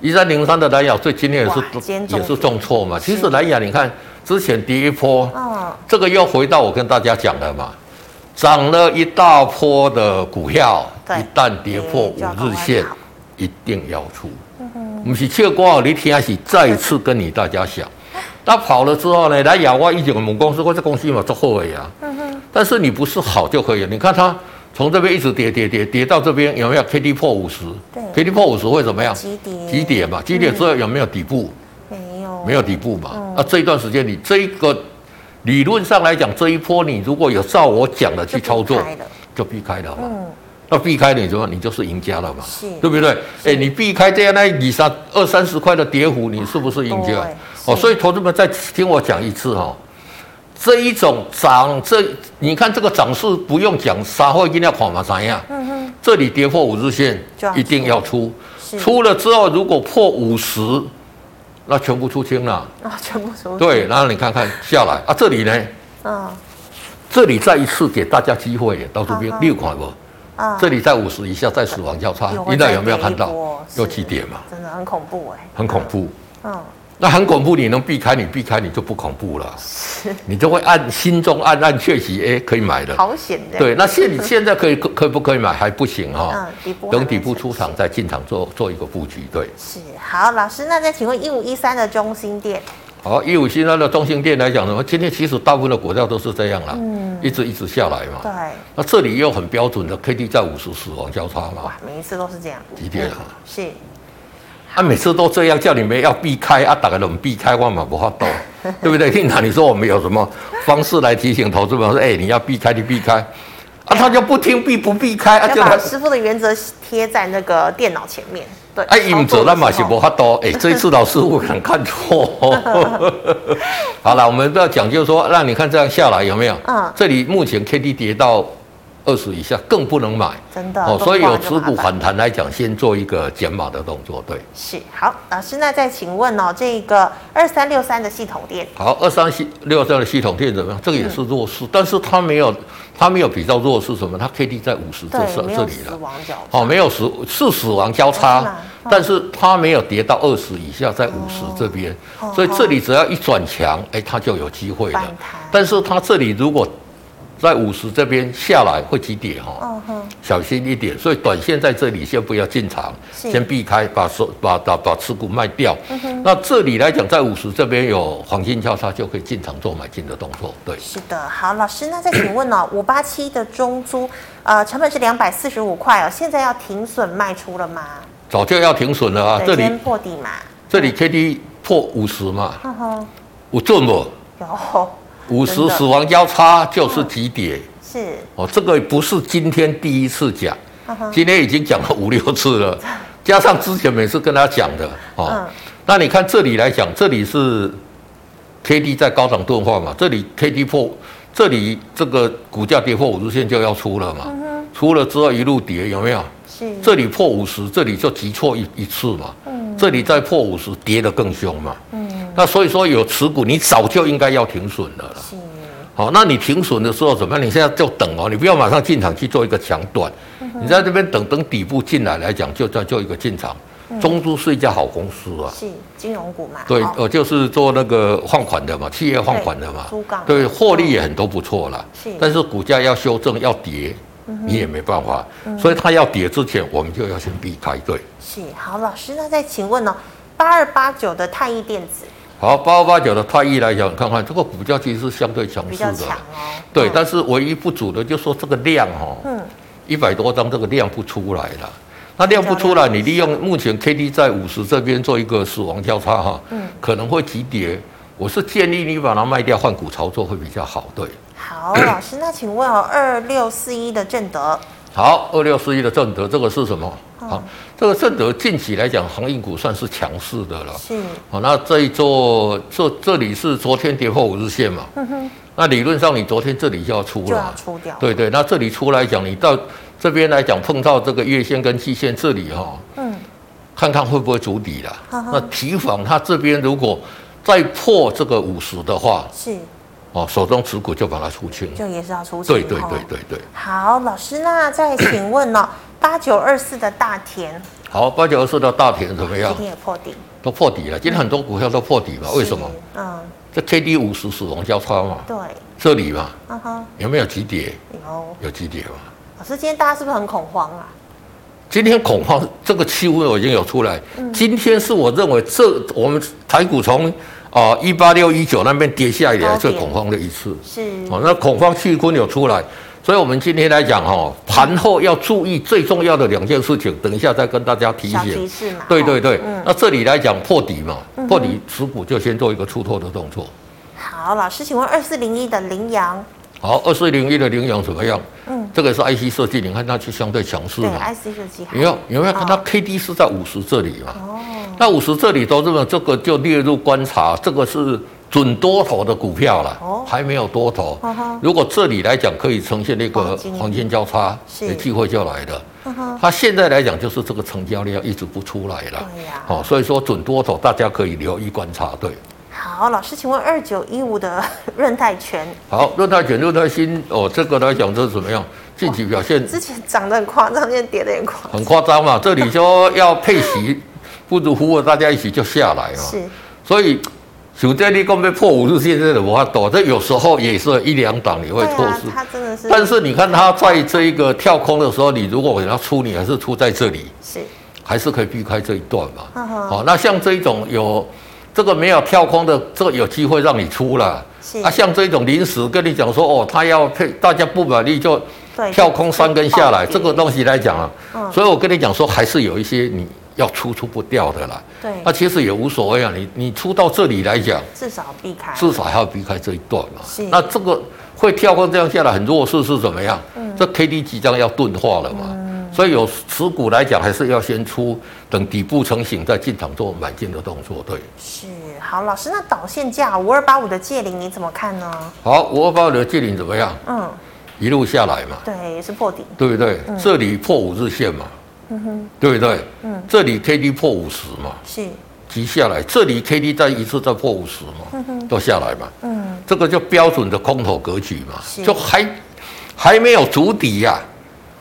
Speaker 2: 一三零三的蓝雅，最今天也
Speaker 1: 哇今天
Speaker 2: 是
Speaker 1: 重
Speaker 2: 也是重挫嘛。
Speaker 1: 是
Speaker 2: 其实蓝雅，你看之前第一波，
Speaker 1: 嗯
Speaker 2: 这个又回到我跟大家讲的嘛，涨了一大波的股票，
Speaker 1: 对哎
Speaker 2: 一旦跌破五
Speaker 1: 就要赶
Speaker 2: 日
Speaker 1: 快
Speaker 2: 线
Speaker 1: 跑，嗯
Speaker 2: 一定要出。我们是切瓜，你听是再次跟你大家
Speaker 1: 嗯
Speaker 2: 讲，那跑了之后呢，蓝雅我以前我们公司或者公司嘛做后尾啊，
Speaker 1: 嗯
Speaker 2: 但是你不是好就可以了。你看它从这边一直跌跌跌跌到这边有没有 K D 破五十
Speaker 1: 对
Speaker 2: ？K D 破五十会怎么样？
Speaker 1: 急跌
Speaker 2: 急跌嘛，急跌之后有没有底部？
Speaker 1: 没有
Speaker 2: 啊没有底部嘛。那、这一段时间你这一个理论上来讲，这一波你如果有照我讲的去操
Speaker 1: 就避，
Speaker 2: 作
Speaker 1: 开了
Speaker 2: 就避开了嘛。
Speaker 1: 嗯
Speaker 2: 那避开了你怎么样？你就是赢家了嘛
Speaker 1: 是，
Speaker 2: 对不对？哎，你避开这样那二三二三十块的跌幅，你是不是赢
Speaker 1: 对
Speaker 2: 家？哦，
Speaker 1: 是
Speaker 2: 所以同志们再听我讲一次哦。这一种涨，这你看这个涨势不用讲，啥货一定要垮嘛，怎样？
Speaker 1: 嗯哼
Speaker 2: 这里跌破五日线
Speaker 1: 就要出
Speaker 2: 一定要出，
Speaker 1: 是
Speaker 2: 出了之后如果破五十，那全部出清了。
Speaker 1: 啊，全部出去，
Speaker 2: 对，然后你看看下来啊，这里呢，
Speaker 1: 嗯
Speaker 2: 这里再一次给大家机会，到这
Speaker 1: 嗯
Speaker 2: 边
Speaker 1: 哼
Speaker 2: 六块不？
Speaker 1: 啊，
Speaker 2: 这里在五十以下再死亡交叉，
Speaker 1: 会
Speaker 2: 你那
Speaker 1: 再
Speaker 2: 啊有没有
Speaker 1: 跌
Speaker 2: 看
Speaker 1: 一
Speaker 2: 到
Speaker 1: 波？
Speaker 2: 又
Speaker 1: 是
Speaker 2: 几点嘛？
Speaker 1: 真的很恐怖哎，
Speaker 2: 很恐怖。
Speaker 1: 嗯，
Speaker 2: 那很恐怖，你能避开你避开你就不恐怖了，你就会按心中暗暗确喜，哎，可以买的。
Speaker 1: 好险的，
Speaker 2: 对，那现你现在可以可可不可以买还不行哈、
Speaker 1: 嗯底部还没
Speaker 2: 等底部出场再进场做做一个布局。对，
Speaker 1: 是好老师，那再请问一五一三的中心店，
Speaker 2: 好，一五现在的中兴店来讲呢，今天其实大部分的股票都是这样啦，嗯，一直一直下来嘛。
Speaker 1: 对，
Speaker 2: 那这里又很标准的 K D 在五十死亡交叉嘛，
Speaker 1: 哇，每一次都是这样，
Speaker 2: 几点啊？
Speaker 1: 是
Speaker 2: 啊，每次都这样叫你们要避开啊，打个冷避开，万马不发 抖，对不对？听长，你说我们有什么方式来提醒投资朋友说，哎、你要避开，你避开，啊，他就不听避不避开，啊，
Speaker 1: 要
Speaker 2: 就
Speaker 1: 把
Speaker 2: 他
Speaker 1: 师傅的原则贴在那个电脑前面，对，
Speaker 2: 哎，引责那嘛是
Speaker 1: 操
Speaker 2: 无
Speaker 1: 作的时候
Speaker 2: 法度。 哎、这一次老师傅可能看错。 好了，我们不要讲究说，让你看这样下来有没有？
Speaker 1: 嗯
Speaker 2: 这里目前 K D 跌到二十以下，更不能买。
Speaker 1: 真的
Speaker 2: 哦，
Speaker 1: 都
Speaker 2: 所以
Speaker 1: 挂
Speaker 2: 有
Speaker 1: 着
Speaker 2: 持
Speaker 1: 麻
Speaker 2: 股
Speaker 1: 烦
Speaker 2: 反弹来讲，先做一个减码的动作。对，
Speaker 1: 是好老师，那再请问哦，这个二三六三的系统店，
Speaker 2: 好，二三系六这样的系统电怎么样？这个也是弱势，
Speaker 1: 嗯
Speaker 2: 但是它没有，它没有比较弱势什么？它 K D 在五十这
Speaker 1: 对，
Speaker 2: 这
Speaker 1: 没
Speaker 2: 这
Speaker 1: 有
Speaker 2: 里
Speaker 1: 死
Speaker 2: 了。
Speaker 1: 亡角，
Speaker 2: 哦，没有死是死亡交叉
Speaker 1: 哦是吗嗯，
Speaker 2: 但是它没有跌到二十以下，在五十这边
Speaker 1: 哦，
Speaker 2: 所以这里只要一转强，哎，它就有机会了
Speaker 1: 反弹。
Speaker 2: 但是它这里如果在五十这边下来会急跌哈，
Speaker 1: 嗯哼，
Speaker 2: 小心一点。所以短线在这里先不要进场，
Speaker 1: 是嗯
Speaker 2: 先避开，把手把把把持股卖掉。那这里来讲，在五十这边有黄金交叉，就可以进场做买进的动作。对，
Speaker 1: 是的，好老师，那再请问哦，五八七的中租，呃，成本是两百四十五块哦，现在要停损卖出了吗？
Speaker 2: 早就要停损了啊，
Speaker 1: 对
Speaker 2: 这里
Speaker 1: 先破底嘛，
Speaker 2: 这里 K D 破五十嘛，
Speaker 1: 哼哼，
Speaker 2: 有准不？
Speaker 1: 有
Speaker 2: 五
Speaker 1: 真
Speaker 2: 十
Speaker 1: 的
Speaker 2: 死亡交叉就是急跌
Speaker 1: 是，
Speaker 2: 哦，这个不是今天第一次讲，
Speaker 1: 嗯哼，
Speaker 2: 今天已经讲了五六次了，加上之前每次跟他讲的哦。
Speaker 1: 嗯
Speaker 2: 那你看这里来讲，这里是 K D 在高档钝化嘛，这里 K D 破，这里这个股价跌破五日线就要出了
Speaker 1: 嗯
Speaker 2: 嘛，出了之后一路跌有没有？
Speaker 1: 是，
Speaker 2: 这里破五十，这里就急挫一一次嘛，这里再破五十，跌得更凶嘛。
Speaker 1: 嗯，
Speaker 2: 那所以说有持股，你早就应该要停损了啦。
Speaker 1: 是，
Speaker 2: 好，那你停损的时候怎么样？你现在就等哦，你不要马上进场去做一个强短，
Speaker 1: 嗯
Speaker 2: 你在这边等等底部进来来讲，就再做一个进场。
Speaker 1: 嗯
Speaker 2: 中租是一家好公司啊，
Speaker 1: 是金融股嘛，
Speaker 2: 对
Speaker 1: 哦，
Speaker 2: 呃，就是做那个放款的嘛，企业放款的嘛
Speaker 1: 对租港，
Speaker 2: 对，获利也很多不错啦
Speaker 1: 是。嗯
Speaker 2: 但是股价要修正要跌，你也没办法，所以它要跌之前，我们就要先避开。对，
Speaker 1: 是好老师，那再请问哦，八二八九的太易电子
Speaker 2: 好，八八九的太一来讲，看看这个股价其实嗯是相对强
Speaker 1: 比
Speaker 2: 势
Speaker 1: 较
Speaker 2: 的
Speaker 1: 强
Speaker 2: 啦。
Speaker 1: 哦，
Speaker 2: 对，
Speaker 1: 嗯
Speaker 2: 但是唯一不足的就说这个量哦，
Speaker 1: 嗯，
Speaker 2: 一百多张这个量不出来了。那量不出来，你利用目前 K D 在五十这边做一个死亡交叉哈，
Speaker 1: 嗯
Speaker 2: 可能会急跌。我是建议你把它卖掉换股操作会比较好。对，
Speaker 1: 好，老师，那请问哦，二六四一的正德
Speaker 2: 好，二六四一的正德这个是什么？
Speaker 1: 嗯
Speaker 2: 好，这个正德近期来讲，航运股算是强势的了。
Speaker 1: 是，
Speaker 2: 好，那这一座这这里是昨天跌破五日线嘛？
Speaker 1: 嗯哼，
Speaker 2: 那理论上你昨天这里就要出
Speaker 1: 就
Speaker 2: 了
Speaker 1: 要
Speaker 2: 嘛，
Speaker 1: 出掉，
Speaker 2: 对对，那这里出来讲，你到这边来讲碰到这个月线跟季线这里哈、
Speaker 1: 嗯，
Speaker 2: 看看会不会筑底啦
Speaker 1: 好。好
Speaker 2: 那提防它这边如果再破这个五十的话，
Speaker 1: 是，
Speaker 2: 哦，手中持股就把它出清。
Speaker 1: 就也是要出清，
Speaker 2: 对对对。对对，
Speaker 1: 好，老师，那再请问 哦，八九二四的大田
Speaker 2: 好，八九二四的大田怎么
Speaker 1: 今
Speaker 2: 样？
Speaker 1: 天也破底，
Speaker 2: 都破底了，今天很多股票都破底嘛，啊为什么
Speaker 1: 是？？嗯，
Speaker 2: 这 K D 五十死亡交叉嘛，
Speaker 1: 对，
Speaker 2: 这里嘛，
Speaker 1: 嗯哼，
Speaker 2: 有没有急跌？
Speaker 1: 有。
Speaker 2: 有急跌嘛？
Speaker 1: 老师，今天大家是不是很恐慌啊？
Speaker 2: 今天恐慌这个气氛我已经有出来。
Speaker 1: 嗯
Speaker 2: 今天是我认为这我们台股从啊一八六一九那边跌下来
Speaker 1: 高点
Speaker 2: 最恐慌的一次。
Speaker 1: 是，
Speaker 2: 哦，那恐慌气氛有出来，所以我们今天来讲哦，盘后要注意最重要的两件事情，等一下再跟大家提
Speaker 1: 小
Speaker 2: 醒
Speaker 1: 提。示嘛？
Speaker 2: 对
Speaker 1: 哦
Speaker 2: 对对，
Speaker 1: 嗯，
Speaker 2: 那这里来讲破底嘛，破底持股就先做一个出脱的动作。
Speaker 1: 好，老师，请问二四零一的羚羊，
Speaker 2: 好，二四零一的羚羊怎么样？
Speaker 1: 嗯，
Speaker 2: 这个是 IC 设计，你看它就相对强势
Speaker 1: 对
Speaker 2: 嘛。
Speaker 1: ，IC 设计好
Speaker 2: 有没有有没有看到
Speaker 1: 哦
Speaker 2: K D 是在五十这里嘛？
Speaker 1: 哦，
Speaker 2: 那五十这里都这么，这个就列入观察，这个是准多头的股票啦，
Speaker 1: 哦
Speaker 2: 还没有多头。
Speaker 1: 嗯哼
Speaker 2: 如果这里来讲可以呈现那
Speaker 1: 黄
Speaker 2: 个
Speaker 1: 金
Speaker 2: 黄金交叉，
Speaker 1: 是嗯
Speaker 2: 的机会就来了。
Speaker 1: 呵呵，
Speaker 2: 它现在来讲就是这个成交量一直不出来了，
Speaker 1: 对呀
Speaker 2: 哦，所以说准多头大家可以留意观察，对。
Speaker 1: 好，老师，请问二九一五的润泰全
Speaker 2: 好，论泰卷、论泰新哦，这个来讲这是怎么样？近期表现
Speaker 1: 之前涨得很夸张，现在跌得也夸张，
Speaker 2: 很夸张嘛，这里说要配息，不如服务大家一起就下来嘛。
Speaker 1: 是
Speaker 2: 所以九在利共被破五日线真的无法躲，这有时候也是一两档你会
Speaker 1: 对
Speaker 2: 错
Speaker 1: 啊
Speaker 2: 失，。
Speaker 1: 它真的是，
Speaker 2: 但是你看它在这一个跳空的时候，你如果给它出，你还是出在这里，
Speaker 1: 是
Speaker 2: 还是可以避开这一段嘛。
Speaker 1: 嗯哼
Speaker 2: 好、那像这一种有这个没有跳空的，这个有机会让你出了。
Speaker 1: 是
Speaker 2: 啊，像这种临时跟你讲说哦，他要配，大家不满意就
Speaker 1: 对
Speaker 2: 跳空三根下来，
Speaker 1: 就
Speaker 2: 这个东西来讲啊，
Speaker 1: 嗯
Speaker 2: 所以我跟你讲说，还是有一些你要出出不掉的啦。
Speaker 1: 对
Speaker 2: 那、，其实也无所谓啊，你你出到这里来讲，
Speaker 1: 至少避开，
Speaker 2: 至少还要避开这一段嘛
Speaker 1: 是。
Speaker 2: 那这个会跳空这样下来很弱势是怎么样？
Speaker 1: 嗯
Speaker 2: 这 K D 即将要钝化了嘛。所以有持股来讲，还是要先出，等底部成型再进场做买进的动作。对，
Speaker 1: 是好，老师，那导线价五二八五的界零你怎么看呢？
Speaker 2: 好，我把我的借领怎么样？
Speaker 1: 嗯，
Speaker 2: 一路下来嘛，
Speaker 1: 对，也是破底，
Speaker 2: 对不对？
Speaker 1: 嗯
Speaker 2: 这里破五日线嘛，对不对？
Speaker 1: 嗯
Speaker 2: 这里 K D 破五十嘛，
Speaker 1: 是
Speaker 2: 急下来，这里 K D 再一次再破五十嘛，都下来嘛，
Speaker 1: 嗯，
Speaker 2: 这个就标准的空头格局嘛
Speaker 1: 是，
Speaker 2: 就还还没有足底呀、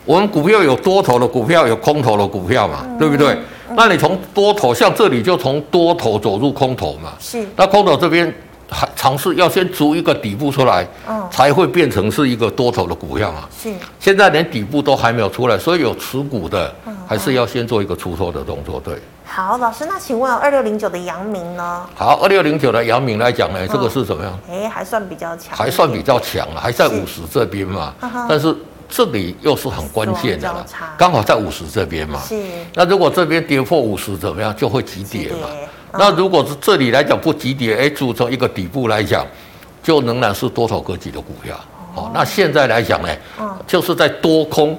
Speaker 2: 我们股票有多头的股票，有空头的股票嘛，
Speaker 1: 嗯
Speaker 2: 对不对？那你从多头，像这里就从多头走入空头嘛，
Speaker 1: 是
Speaker 2: 那空头这边还尝试要先足一个底部出来，
Speaker 1: 嗯
Speaker 2: 才会变成是一个多头的股票嘛。
Speaker 1: 是
Speaker 2: 现在连底部都还没有出来，所以有持股的
Speaker 1: 嗯
Speaker 2: 还是要先做一个出脱的动作，对。
Speaker 1: 好，老师，那请问二六零九的阳明呢？
Speaker 2: 好，二六零九的阳明来讲呢，这个是怎么样？
Speaker 1: 哎，还算比较强，
Speaker 2: 还算比较强啊了，还在
Speaker 1: 是
Speaker 2: 五十这边嘛
Speaker 1: 嗯哼。
Speaker 2: 但是这里又是很关键的
Speaker 1: 死亡
Speaker 2: 了
Speaker 1: 交叉，
Speaker 2: 刚好在五十这边嘛。
Speaker 1: 是
Speaker 2: 那如果这边跌破五十怎么样，就会急跌嘛
Speaker 1: 急跌。嗯
Speaker 2: 那如果是这里来讲不急跌，哎，组成一个底部来讲，就仍然是多头格局的股票。哦，那现在来讲呢
Speaker 1: 嗯，
Speaker 2: 就是在多空。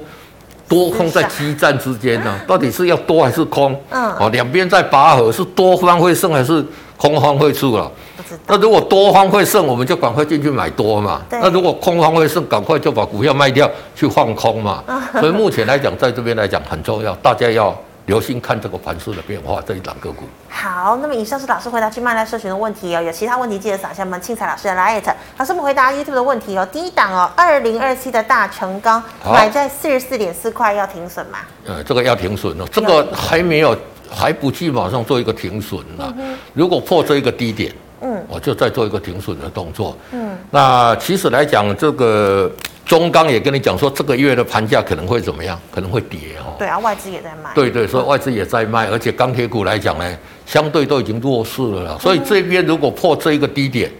Speaker 2: 多空在
Speaker 1: 是啊
Speaker 2: 激战之间呢、到底是要多还是空？
Speaker 1: 嗯
Speaker 2: 哦，两边在拔河，是多方会胜还是空方会输了？
Speaker 1: 不知道，
Speaker 2: 那如果多方会胜，我们就赶快进去买多嘛。
Speaker 1: 对
Speaker 2: 那如果空方会胜，赶快就把股票卖掉去放空嘛。
Speaker 1: 啊
Speaker 2: 所以目前来讲，在这边来讲很重要，大家要留心看这个盘势的变化，这一档个股。
Speaker 1: 好，那么以上是老师回答去麦来社群的问题哦，有其他问题记得扫一下我们庆彩老师的 liet。老师，我们回答 YouTube 的问题哦，第一档哦，二零二七的大成钢
Speaker 2: 好
Speaker 1: 买在四十四点四块要停损嘛？
Speaker 2: 呃，这个要停损了，这个还没有还不去马上做一个停损呢。如果破这一个低点，
Speaker 1: 嗯，
Speaker 2: 我就再做一个停损的动作。
Speaker 1: 嗯，
Speaker 2: 那其实来讲，这个中钢也跟你讲说，这个月的盘价可能会怎么样？可能会跌哦。
Speaker 1: 对啊，外资也在买，
Speaker 2: 对对，所以外资也在卖，而且钢铁股来讲呢，相对都已经弱势了
Speaker 1: 嗯
Speaker 2: 啦。所以这边如果破这一个低点，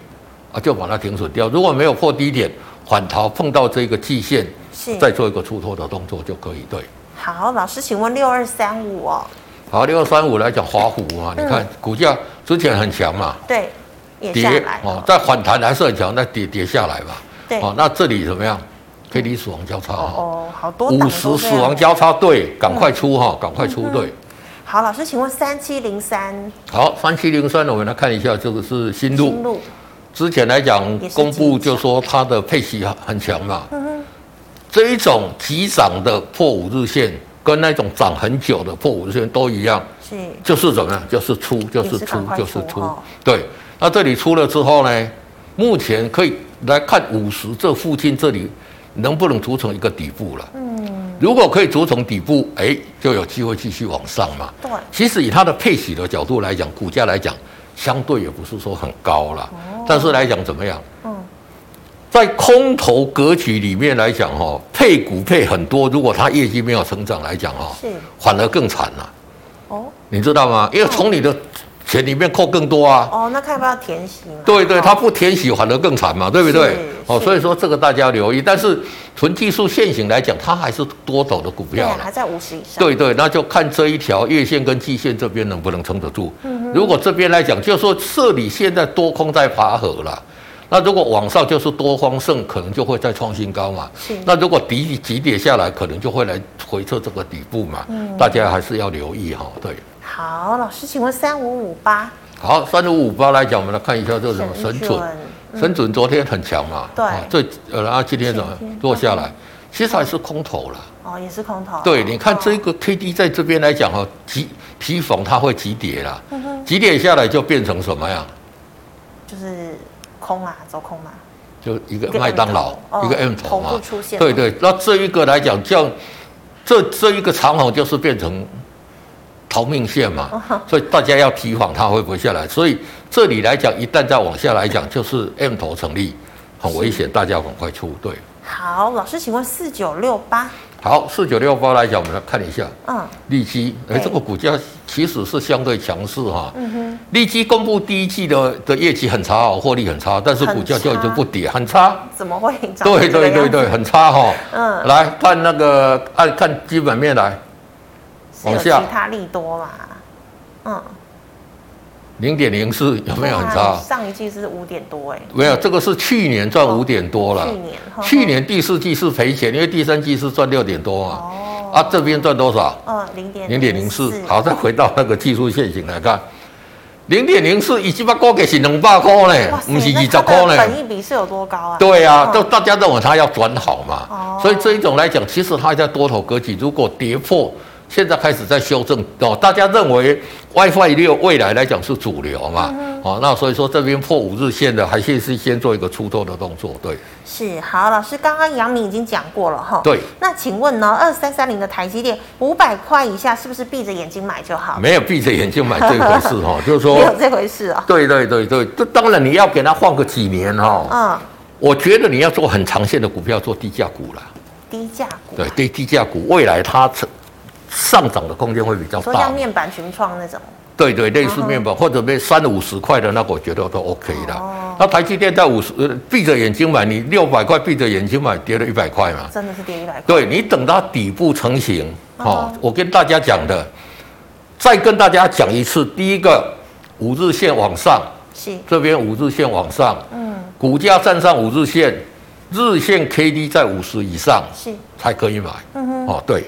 Speaker 2: 啊，就把它停损掉；如果没有破低点，反逃碰到这个季线，
Speaker 1: 是
Speaker 2: 再做一个出脱的动作就可以。对，
Speaker 1: 好，老师，请问六二三五哦，
Speaker 2: 好，六三五来讲华虎啊，
Speaker 1: 嗯
Speaker 2: 你看股价之前很强嘛，
Speaker 1: 对，也下
Speaker 2: 跌
Speaker 1: 来
Speaker 2: 哦，再反弹还是很强，再跌跌下来嘛。
Speaker 1: 对
Speaker 2: 哦，那这里怎么样？K D 死亡交叉哦，
Speaker 1: 哦，好多档
Speaker 2: 五
Speaker 1: 都
Speaker 2: 十
Speaker 1: 这
Speaker 2: 死
Speaker 1: 样嗯
Speaker 2: 亡交叉，对，赶快出哈，赶快出对。
Speaker 1: 好，老师，请问三七零三
Speaker 2: 好，三七零三，我们来看一下，这个是新路。
Speaker 1: 新路
Speaker 2: 之前来讲
Speaker 1: 也是
Speaker 2: 公布就说它的配息很强嘛，
Speaker 1: 嗯
Speaker 2: 这一种急涨的破五日线，跟那种涨很久的破五日线都一样，
Speaker 1: 是
Speaker 2: 就是怎么样，就是出，就
Speaker 1: 也
Speaker 2: 是
Speaker 1: 是
Speaker 2: 出
Speaker 1: 赶快，
Speaker 2: 就是
Speaker 1: 出
Speaker 2: 出
Speaker 1: 哦。
Speaker 2: 对，那这里出了之后呢，目前可以来看五十这附近这里能不能组成一个底部了。嗯，如果可以组成底部，哎，就有机会继续往上嘛。
Speaker 1: 对，
Speaker 2: 其实以它的配息的角度来讲，股价来讲，相对也不是说很高啦。但是来讲怎么样？
Speaker 1: 哦嗯，
Speaker 2: 在空头格局里面来讲，哦，配股配很多，如果它业绩没有成长来讲，哦
Speaker 1: 是，
Speaker 2: 反而更惨了，
Speaker 1: 哦
Speaker 2: 你知道吗？因为从你的钱里面扣更多啊。
Speaker 1: 哦，那看要不要填息嘛？
Speaker 2: 对对，
Speaker 1: 哦
Speaker 2: 它不填息反而更惨嘛，对不对
Speaker 1: 是？
Speaker 2: 哦，
Speaker 1: 是
Speaker 2: 所以说这个大家留意。但是纯技术线型来讲，它还是多头的股
Speaker 1: 对
Speaker 2: 票
Speaker 1: 啊，
Speaker 2: 了
Speaker 1: 还。在五十以上，
Speaker 2: 对对，那就看这一条月线跟季线这边能不能撑得住。如果这边来讲，就是说这里现在多空在拔河了，那如果往上就是多方胜，可能就会再创新高嘛
Speaker 1: 是。
Speaker 2: 那如果底急跌下来，可能就会来回测这个底部嘛。大家还是要留意哈、对，
Speaker 1: 好，老师，请问三五五八
Speaker 2: 好，三五五八来讲，我们来看一下这是什么神准，神准昨天很强嘛，
Speaker 1: 对
Speaker 2: 啊最呃，然后今天怎么
Speaker 1: 今天
Speaker 2: 落下来？其实还是空头了。
Speaker 1: 哦，也是空头。
Speaker 2: 对，你看这
Speaker 1: 哦，
Speaker 2: 个 K D 在这边来讲哦，急提逢它会急跌啦，
Speaker 1: 嗯
Speaker 2: 急跌下来就变成什么样？
Speaker 1: 就是空啊，走空嘛。
Speaker 2: 就一个
Speaker 1: 一个
Speaker 2: 麦当劳
Speaker 1: M 头，
Speaker 2: 一个
Speaker 1: 哦
Speaker 2: M 头
Speaker 1: 同
Speaker 2: 嘛
Speaker 1: 步出现。
Speaker 2: 对对，那这一个来讲，叫这这一个长虹就是变成逃命线
Speaker 1: 嗯
Speaker 2: 嘛，所以大家要提防它会不会下来。所以这里来讲，一旦再往下来讲，就是 M 头成立，很危险，大家赶快出。对，
Speaker 1: 好，老师，请问四九六八，
Speaker 2: 好，四九六八来讲，我们来看一下
Speaker 1: 嗯
Speaker 2: 利基，哎，
Speaker 1: 对
Speaker 2: 这个股价其实是相对强势哈。
Speaker 1: 嗯哼，
Speaker 2: 利基公布第一季的的业绩很差哦，获利很差，但是股价就已经不跌，很差。
Speaker 1: 怎么会涨？
Speaker 2: 对对对对，，很差哈、
Speaker 1: 嗯，
Speaker 2: 来看那个，按看基本面来，
Speaker 1: 是有
Speaker 2: 往
Speaker 1: 其
Speaker 2: 下
Speaker 1: 他利多嘛？嗯，
Speaker 2: 零点零四有没有很
Speaker 1: 对啊
Speaker 2: 差？
Speaker 1: 上一季是五点多哎，
Speaker 2: 没有，这个是去年赚
Speaker 1: 哦
Speaker 2: 五点多了
Speaker 1: 去，年，呵呵
Speaker 2: 去年第四季是赔钱，因为第三季是赚六点多嘛。
Speaker 1: 哦，
Speaker 2: 啊，这边赚多少？
Speaker 1: 嗯，零点
Speaker 2: 零点零四。
Speaker 1: 好，
Speaker 2: 好，再回到那个技术线型来看，零点零四一七八高给是两百块呢
Speaker 1: 哇，塞，
Speaker 2: 不是
Speaker 1: 那它
Speaker 2: 二十
Speaker 1: 的
Speaker 2: 块呢。
Speaker 1: 本益比是有多高啊？
Speaker 2: 对啊，
Speaker 1: 嗯
Speaker 2: 都大家认为它要转好嘛，
Speaker 1: 哦
Speaker 2: 所以这一种来讲，其实它还在多头格局，如果跌破，现在开始在修正哦。大家认为 WiFi 六未来来讲是主流嘛，
Speaker 1: 嗯
Speaker 2: 哦，那所以说这边破五日线的，还是是先做一个出脱的动作，对
Speaker 1: 是好，老师刚刚杨明已经讲过了哈。
Speaker 2: 对，
Speaker 1: 那请问呢，二三三零的台积电五百块以下是不是闭着眼睛买就好？
Speaker 2: 没有闭着眼睛买这一回事 哦，就是
Speaker 1: 没
Speaker 2: 说
Speaker 1: 有，这回事哦。
Speaker 2: 对对对对，这当然你要给它换个几年哦，
Speaker 1: 嗯，
Speaker 2: 我觉得你要做很长线的股票，做低价股啦，
Speaker 1: 低价股，
Speaker 2: 对，低低价股未来它成上涨的空间会比较
Speaker 1: 说
Speaker 2: 大
Speaker 1: 像。面板群创那种，
Speaker 2: 对对，类似
Speaker 1: 嗯
Speaker 2: 面包或者被三五十块的那个，我觉得都 OK 啦。
Speaker 1: 哦
Speaker 2: 那台积电在五十，呃闭着眼睛买，你六百块闭着眼睛买，跌了一百块嘛。
Speaker 1: 真的是跌一百块。
Speaker 2: 对你等它底部成型，哦
Speaker 1: 嗯哼，
Speaker 2: 我跟大家讲的，再跟大家讲一次，第一个五日线往上，
Speaker 1: 是，
Speaker 2: 这边五日线往上，
Speaker 1: 嗯，
Speaker 2: 股价站上五日线，日线 K D 在五十以上
Speaker 1: 是。
Speaker 2: 才可以买。
Speaker 1: 嗯
Speaker 2: 哦，对，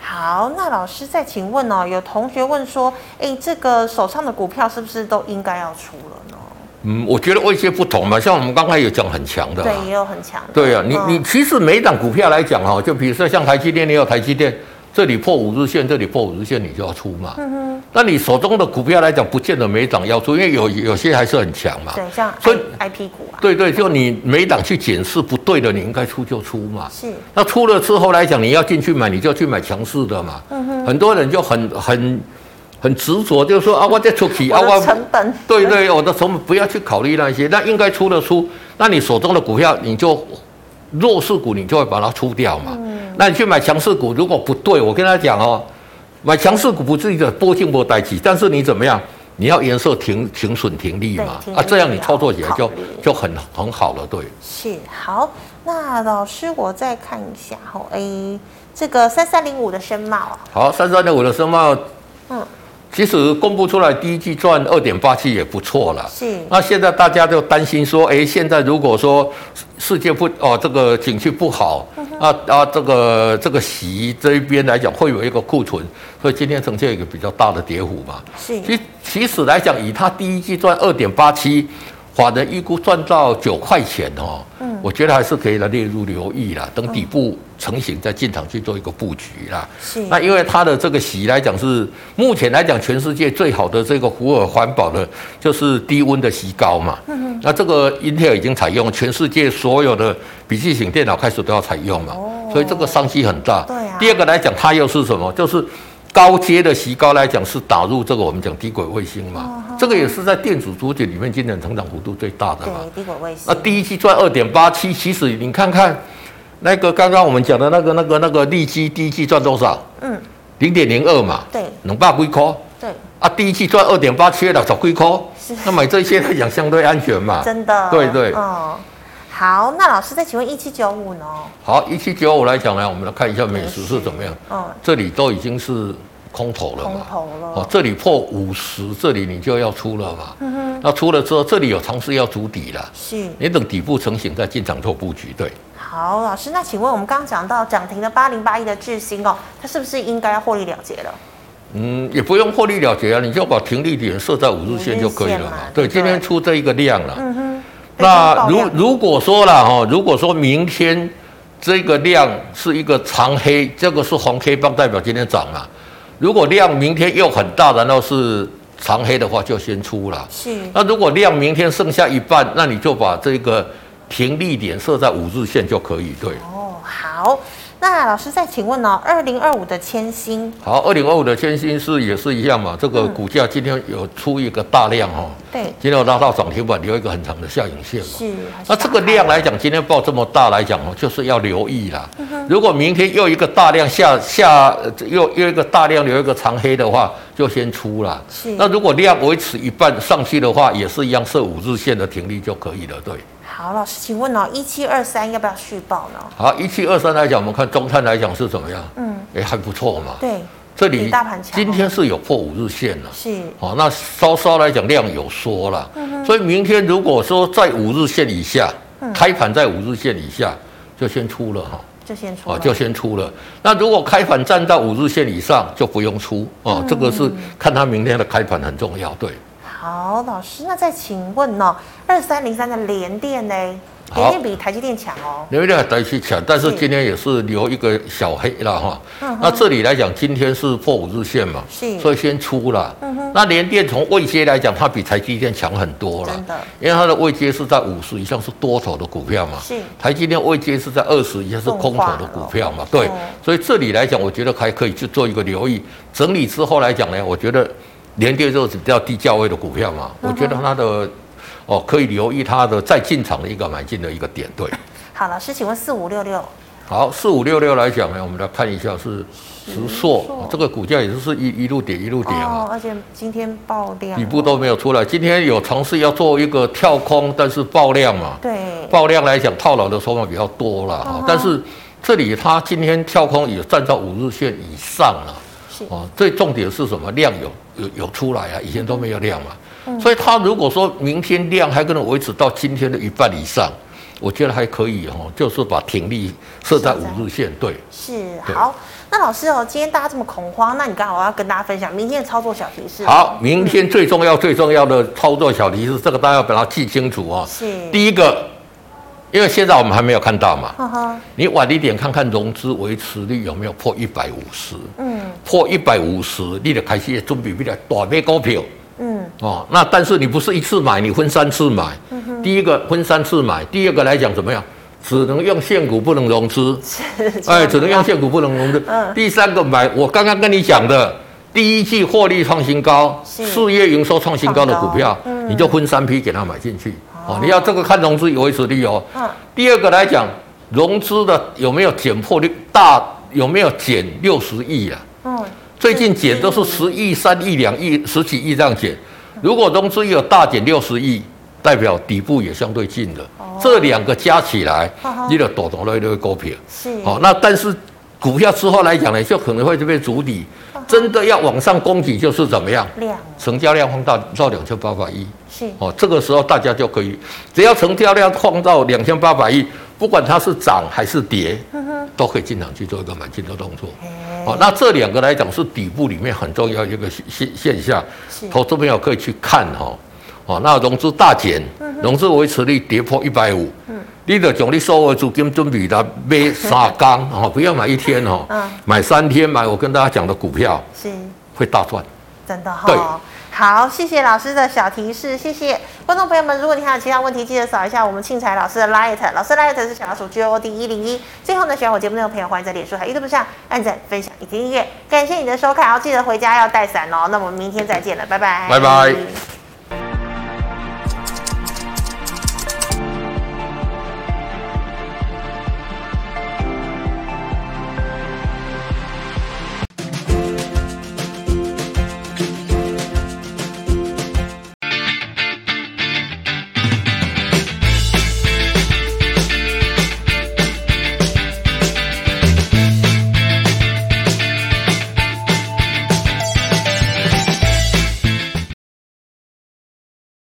Speaker 1: 好，那老师再请问哦，有同学问说，哎，这个手上的股票是不是都应该要出了呢？
Speaker 2: 嗯，我觉得位阶不同嘛，像我们刚才有讲很强的、啊，
Speaker 1: 对，也有很强的。
Speaker 2: 对呀、你
Speaker 1: 嗯
Speaker 2: 你其实每一档股票来讲哈，就比如说像台积电，你有台积电，这里破五日线，这里破五日线，你就要出嘛。
Speaker 1: 嗯哼，
Speaker 2: 那你手中的股票来讲，不见得每一档要出，因为有有些还是很强嘛。
Speaker 1: 对，像
Speaker 2: 所以
Speaker 1: I P 股啊，
Speaker 2: 对对，就你每一档去检视不对的，你应该出就出嘛。
Speaker 1: 是，
Speaker 2: 那出了之后来讲，你要进去买，你就去买强势的嘛。
Speaker 1: 嗯
Speaker 2: 很多人就很很很执着，就是说啊，我在出去啊，
Speaker 1: 我
Speaker 2: 我
Speaker 1: 的成本
Speaker 2: 对对，我的成本不要去考虑那些，那应该出的出，那你手中的股票你就弱势股，你就会把它出掉嘛。
Speaker 1: 嗯
Speaker 2: 那你去买强势股，如果不对，我跟他讲哦，买强势股不是一个波进波代起，但是你怎么样？你要颜色停停损停利嘛
Speaker 1: 对停利
Speaker 2: 啊，这样你操作起来
Speaker 1: 要
Speaker 2: 就
Speaker 1: 考虑
Speaker 2: 就很很好了，对。
Speaker 1: 是好，那老师我再看一下哈，诶，这个三三零五的申茂啊，
Speaker 2: 好，三三六五的申茂，
Speaker 1: 嗯，
Speaker 2: 其实公布出来第一季赚二点八七也不错了。
Speaker 1: 是
Speaker 2: 那现在大家就担心说，哎，现在如果说世界不哦这个景气不好，
Speaker 1: 嗯
Speaker 2: 啊啊这个这个席这一边来讲会有一个库存，所以今天呈现一个比较大的跌幅嘛。
Speaker 1: 是
Speaker 2: 其其实来讲，以它第一季赚二点八七，法人预估赚到九块钱哦，
Speaker 1: 嗯
Speaker 2: 我觉得还是可以来列入留意啦，等底部成型再进场去做一个布局啦。
Speaker 1: 是
Speaker 2: 那因为它的这个洗来讲是目前来讲全世界最好的这个福尔环保的，就是低温的洗膏嘛。
Speaker 1: 嗯
Speaker 2: 那这个 Intel 已经采用，全世界所有的笔记型电脑开始都要采用嘛，
Speaker 1: 哦
Speaker 2: 所以这个商机很大。
Speaker 1: 对啊
Speaker 2: 第二个来讲，它又是什么？就是高阶的洗膏来讲是打入这个我们讲低轨卫星
Speaker 1: 哦
Speaker 2: 嘛，这个也是在电子族群里面今年成长幅度最大的嘛。
Speaker 1: 对低轨卫
Speaker 2: 那
Speaker 1: 星，
Speaker 2: 第一季赚二点八七，其实你看看那个刚刚我们讲的那个那个那个利基，第一季赚多少？
Speaker 1: 嗯，
Speaker 2: 零点零二嘛，
Speaker 1: 对
Speaker 2: 两百几块
Speaker 1: 对，
Speaker 2: 啊，第一季赚二点八七，六十几块
Speaker 1: 是，
Speaker 2: 那买这些来讲相对安全嘛。
Speaker 1: 真的，
Speaker 2: 对对
Speaker 1: 嗯，好，那老师再请问一七九五呢？
Speaker 2: 好，一七九五来讲呢，我们来看一下美食是怎么样，
Speaker 1: 嗯，
Speaker 2: 这里都已经是空头了
Speaker 1: 空
Speaker 2: 嘛。
Speaker 1: 头
Speaker 2: 哦，
Speaker 1: 了，
Speaker 2: 这里破五十，这里你就要出了嘛。
Speaker 1: 嗯
Speaker 2: 那出了之后，这里有尝试要筑底了，
Speaker 1: 是
Speaker 2: 你等底部成型再进场做布局。对，
Speaker 1: 好，老师，那请问我们刚刚讲到涨停的八零八一的智新哦，它是不是应该要获利了结了？
Speaker 2: 嗯，也不用获利了结啊，你就把停利点设在五日线就可以
Speaker 1: 五日
Speaker 2: 了
Speaker 1: 线嘛
Speaker 2: 嘛。
Speaker 1: 对
Speaker 2: 对，今天出这一个量了。
Speaker 1: 嗯哼，
Speaker 2: 那
Speaker 1: 哎
Speaker 2: 如
Speaker 1: 真爆量
Speaker 2: 如果说了哈，如果说明天这个量是一个长黑，这个是红黑棒代表今天涨嘛。如果量明天又很大，然后是长黑的话，就先出了。
Speaker 1: 是
Speaker 2: 那如果量明天剩下一半，那你就把这个停利点设在五日线就可以。对，
Speaker 1: 哦，好。那老师再请问哦，二零二五的千星，
Speaker 2: 好，二零二五的千星是也是一样嘛，这个股价今天有出一个大量哈、哦，
Speaker 1: 对，
Speaker 2: 今天有拉到涨停板，留一个很长的下影线嘛。
Speaker 1: 是。
Speaker 2: 那这个量来讲，今天报这么大来讲哦，就是要留意啦。
Speaker 1: 嗯
Speaker 2: 如果明天又一个大量下下，呃又又一个大量留一个长黑的话，就先出啦
Speaker 1: 是。
Speaker 2: 那如果量维持一半上去的话，也是一样设五日线的停利就可以了。对，
Speaker 1: 好，老师，请问哦，一七二三要不要续报呢？
Speaker 2: 好，一七二三来讲，我们看中碳来讲是怎么样？
Speaker 1: 嗯，
Speaker 2: 哎，还不错嘛。
Speaker 1: 对，
Speaker 2: 这
Speaker 1: 比
Speaker 2: 里
Speaker 1: 大盘强哦
Speaker 2: 今天是有破五日线了。
Speaker 1: 是
Speaker 2: 好、那稍稍来讲量有缩了，
Speaker 1: 嗯
Speaker 2: 所以明天如果说在五日线以下，开盘在五日线以下就先出了哈。
Speaker 1: 就先出
Speaker 2: 哦，
Speaker 1: 了，
Speaker 2: 就先出了。那如果开盘站到五日线以上，就不用出
Speaker 1: 嗯
Speaker 2: 哦。这个是看它明天的开盘很重要。对，
Speaker 1: 好，老师，那再请问哦，二三零三的联电呢？
Speaker 2: 好
Speaker 1: 联电比台积电强哦，
Speaker 2: 因为那个短期强，但是
Speaker 1: 是
Speaker 2: 今天也是留一个小黑了哈。那这里来讲，今天是破五日线嘛，
Speaker 1: 嗯是嗯
Speaker 2: 所以先出了。那联电从位阶来讲，它比台积电强很多了
Speaker 1: 真的，
Speaker 2: 因为它的位阶是在五十以上是多头的股票嘛。
Speaker 1: 是
Speaker 2: 台积电位阶是在二十以下是空头的股票嘛，
Speaker 1: 动画
Speaker 2: 对
Speaker 1: 了哦，
Speaker 2: 所以这里来讲，我觉得还可以去做一个留意。整理之后来讲呢，我觉得联电就是比较低价位的股票嘛，我觉得它的哦可以留意它的再进场的一个买进的一个点，对。
Speaker 1: 好，老师，请问四五六六
Speaker 2: 好，四五六六来讲呢，我们来看一下是石
Speaker 1: 石
Speaker 2: 硕
Speaker 1: 硕，
Speaker 2: 这个股价也是一一路跌一路跌嘛。
Speaker 1: 哦，而且今天爆量，
Speaker 2: 底部啊都没有出来，今天有尝试要做一个跳空，但是爆量嘛，
Speaker 1: 对，
Speaker 2: 爆量来讲，套牢的筹码比较多了哈
Speaker 1: 嗯嗯哼，
Speaker 2: 但是这里它今天跳空也站到五日线以上了，
Speaker 1: 是
Speaker 2: 哦，最重点是什么？量有有有出来啊，以前都没有量嘛，
Speaker 1: 嗯
Speaker 2: 所以它如果说明天量还可能维持到今天的一半以上，我觉得还可以哦，就是把停力设在
Speaker 1: 设在
Speaker 2: 五日线，对，
Speaker 1: 是
Speaker 2: 对
Speaker 1: 好。那老师哦，今天大家这么恐慌，那你刚好要跟大家分享明天的操作小提示。
Speaker 2: 好，，明天最重要最重要的操作小提示，这个大家要把它记清楚哦。
Speaker 1: 是，
Speaker 2: 第一个，因为现在我们还没有看到嘛，
Speaker 1: 哈哈，
Speaker 2: 你晚一点看看融资维持率有没有破一百五十，
Speaker 1: 嗯
Speaker 2: 破一百五十，你就开始准备比较大买股票
Speaker 1: 嗯，
Speaker 2: 哦。那但是你不是一次买，你分三次买。第一个分三次买，第二个来讲怎么样？只能用现股，不能融资。哎，只能用现股，不能融资。
Speaker 1: 啊嗯
Speaker 2: 第三个买，我刚刚跟你讲的，第一季获利创新高，
Speaker 1: 是
Speaker 2: 四月营收创新高的股
Speaker 1: 创
Speaker 2: 票
Speaker 1: 高，嗯
Speaker 2: 你就分三批给它买进去。
Speaker 1: 哦
Speaker 2: 哦，你要这个看融资维持率哦。
Speaker 1: 嗯，
Speaker 2: 第二个来讲，融资的有没有减破率大？有没有减六十亿啊？
Speaker 1: 嗯，
Speaker 2: 最近减都是十亿、三亿、两亿、十几亿这样减。如果融资有大减六十亿，代表底部也相对近了。这两个加起来
Speaker 1: 哦哈哈，
Speaker 2: 你的抖抖类都会股票。
Speaker 1: 是，
Speaker 2: 好、哦那但是股票之后来讲呢，就可能会被筑底。真的要往上攻击，就是怎么样？
Speaker 1: 量
Speaker 2: 成交量放大到两千八百亿。
Speaker 1: 是
Speaker 2: 哦，这个时候大家就可以，只要成交量创造两千八百亿，不管它是涨还是跌，都可以进场去做一个买进的动作。
Speaker 1: 哎嗯
Speaker 2: 哦，那这两个来讲是底部里面很重要一个现现现象
Speaker 1: 是，
Speaker 2: 投资朋友可以去看哈。哦，那融资大减，融资维持率跌破一百五，你得将你所有的资金准备来买三缸哦，不要买一天哦
Speaker 1: 嗯，
Speaker 2: 买三天买我跟大家讲的股票
Speaker 1: 是。
Speaker 2: 会大赚。
Speaker 1: 真的哈、
Speaker 2: 对
Speaker 1: 好，谢谢老师的小提示，谢谢观众朋友们。如果你还有其他问题，记得扫一下我们庆财老师的 Light，老师 Light 是小老鼠 G O D 一零一。最后呢，喜欢我节目内容的朋友，欢迎在脸书还有 YouTube 上按赞、分享以及订阅。感谢你的收看，然后记得回家要带伞哦。那我们明天再见了，拜拜，
Speaker 2: 拜拜。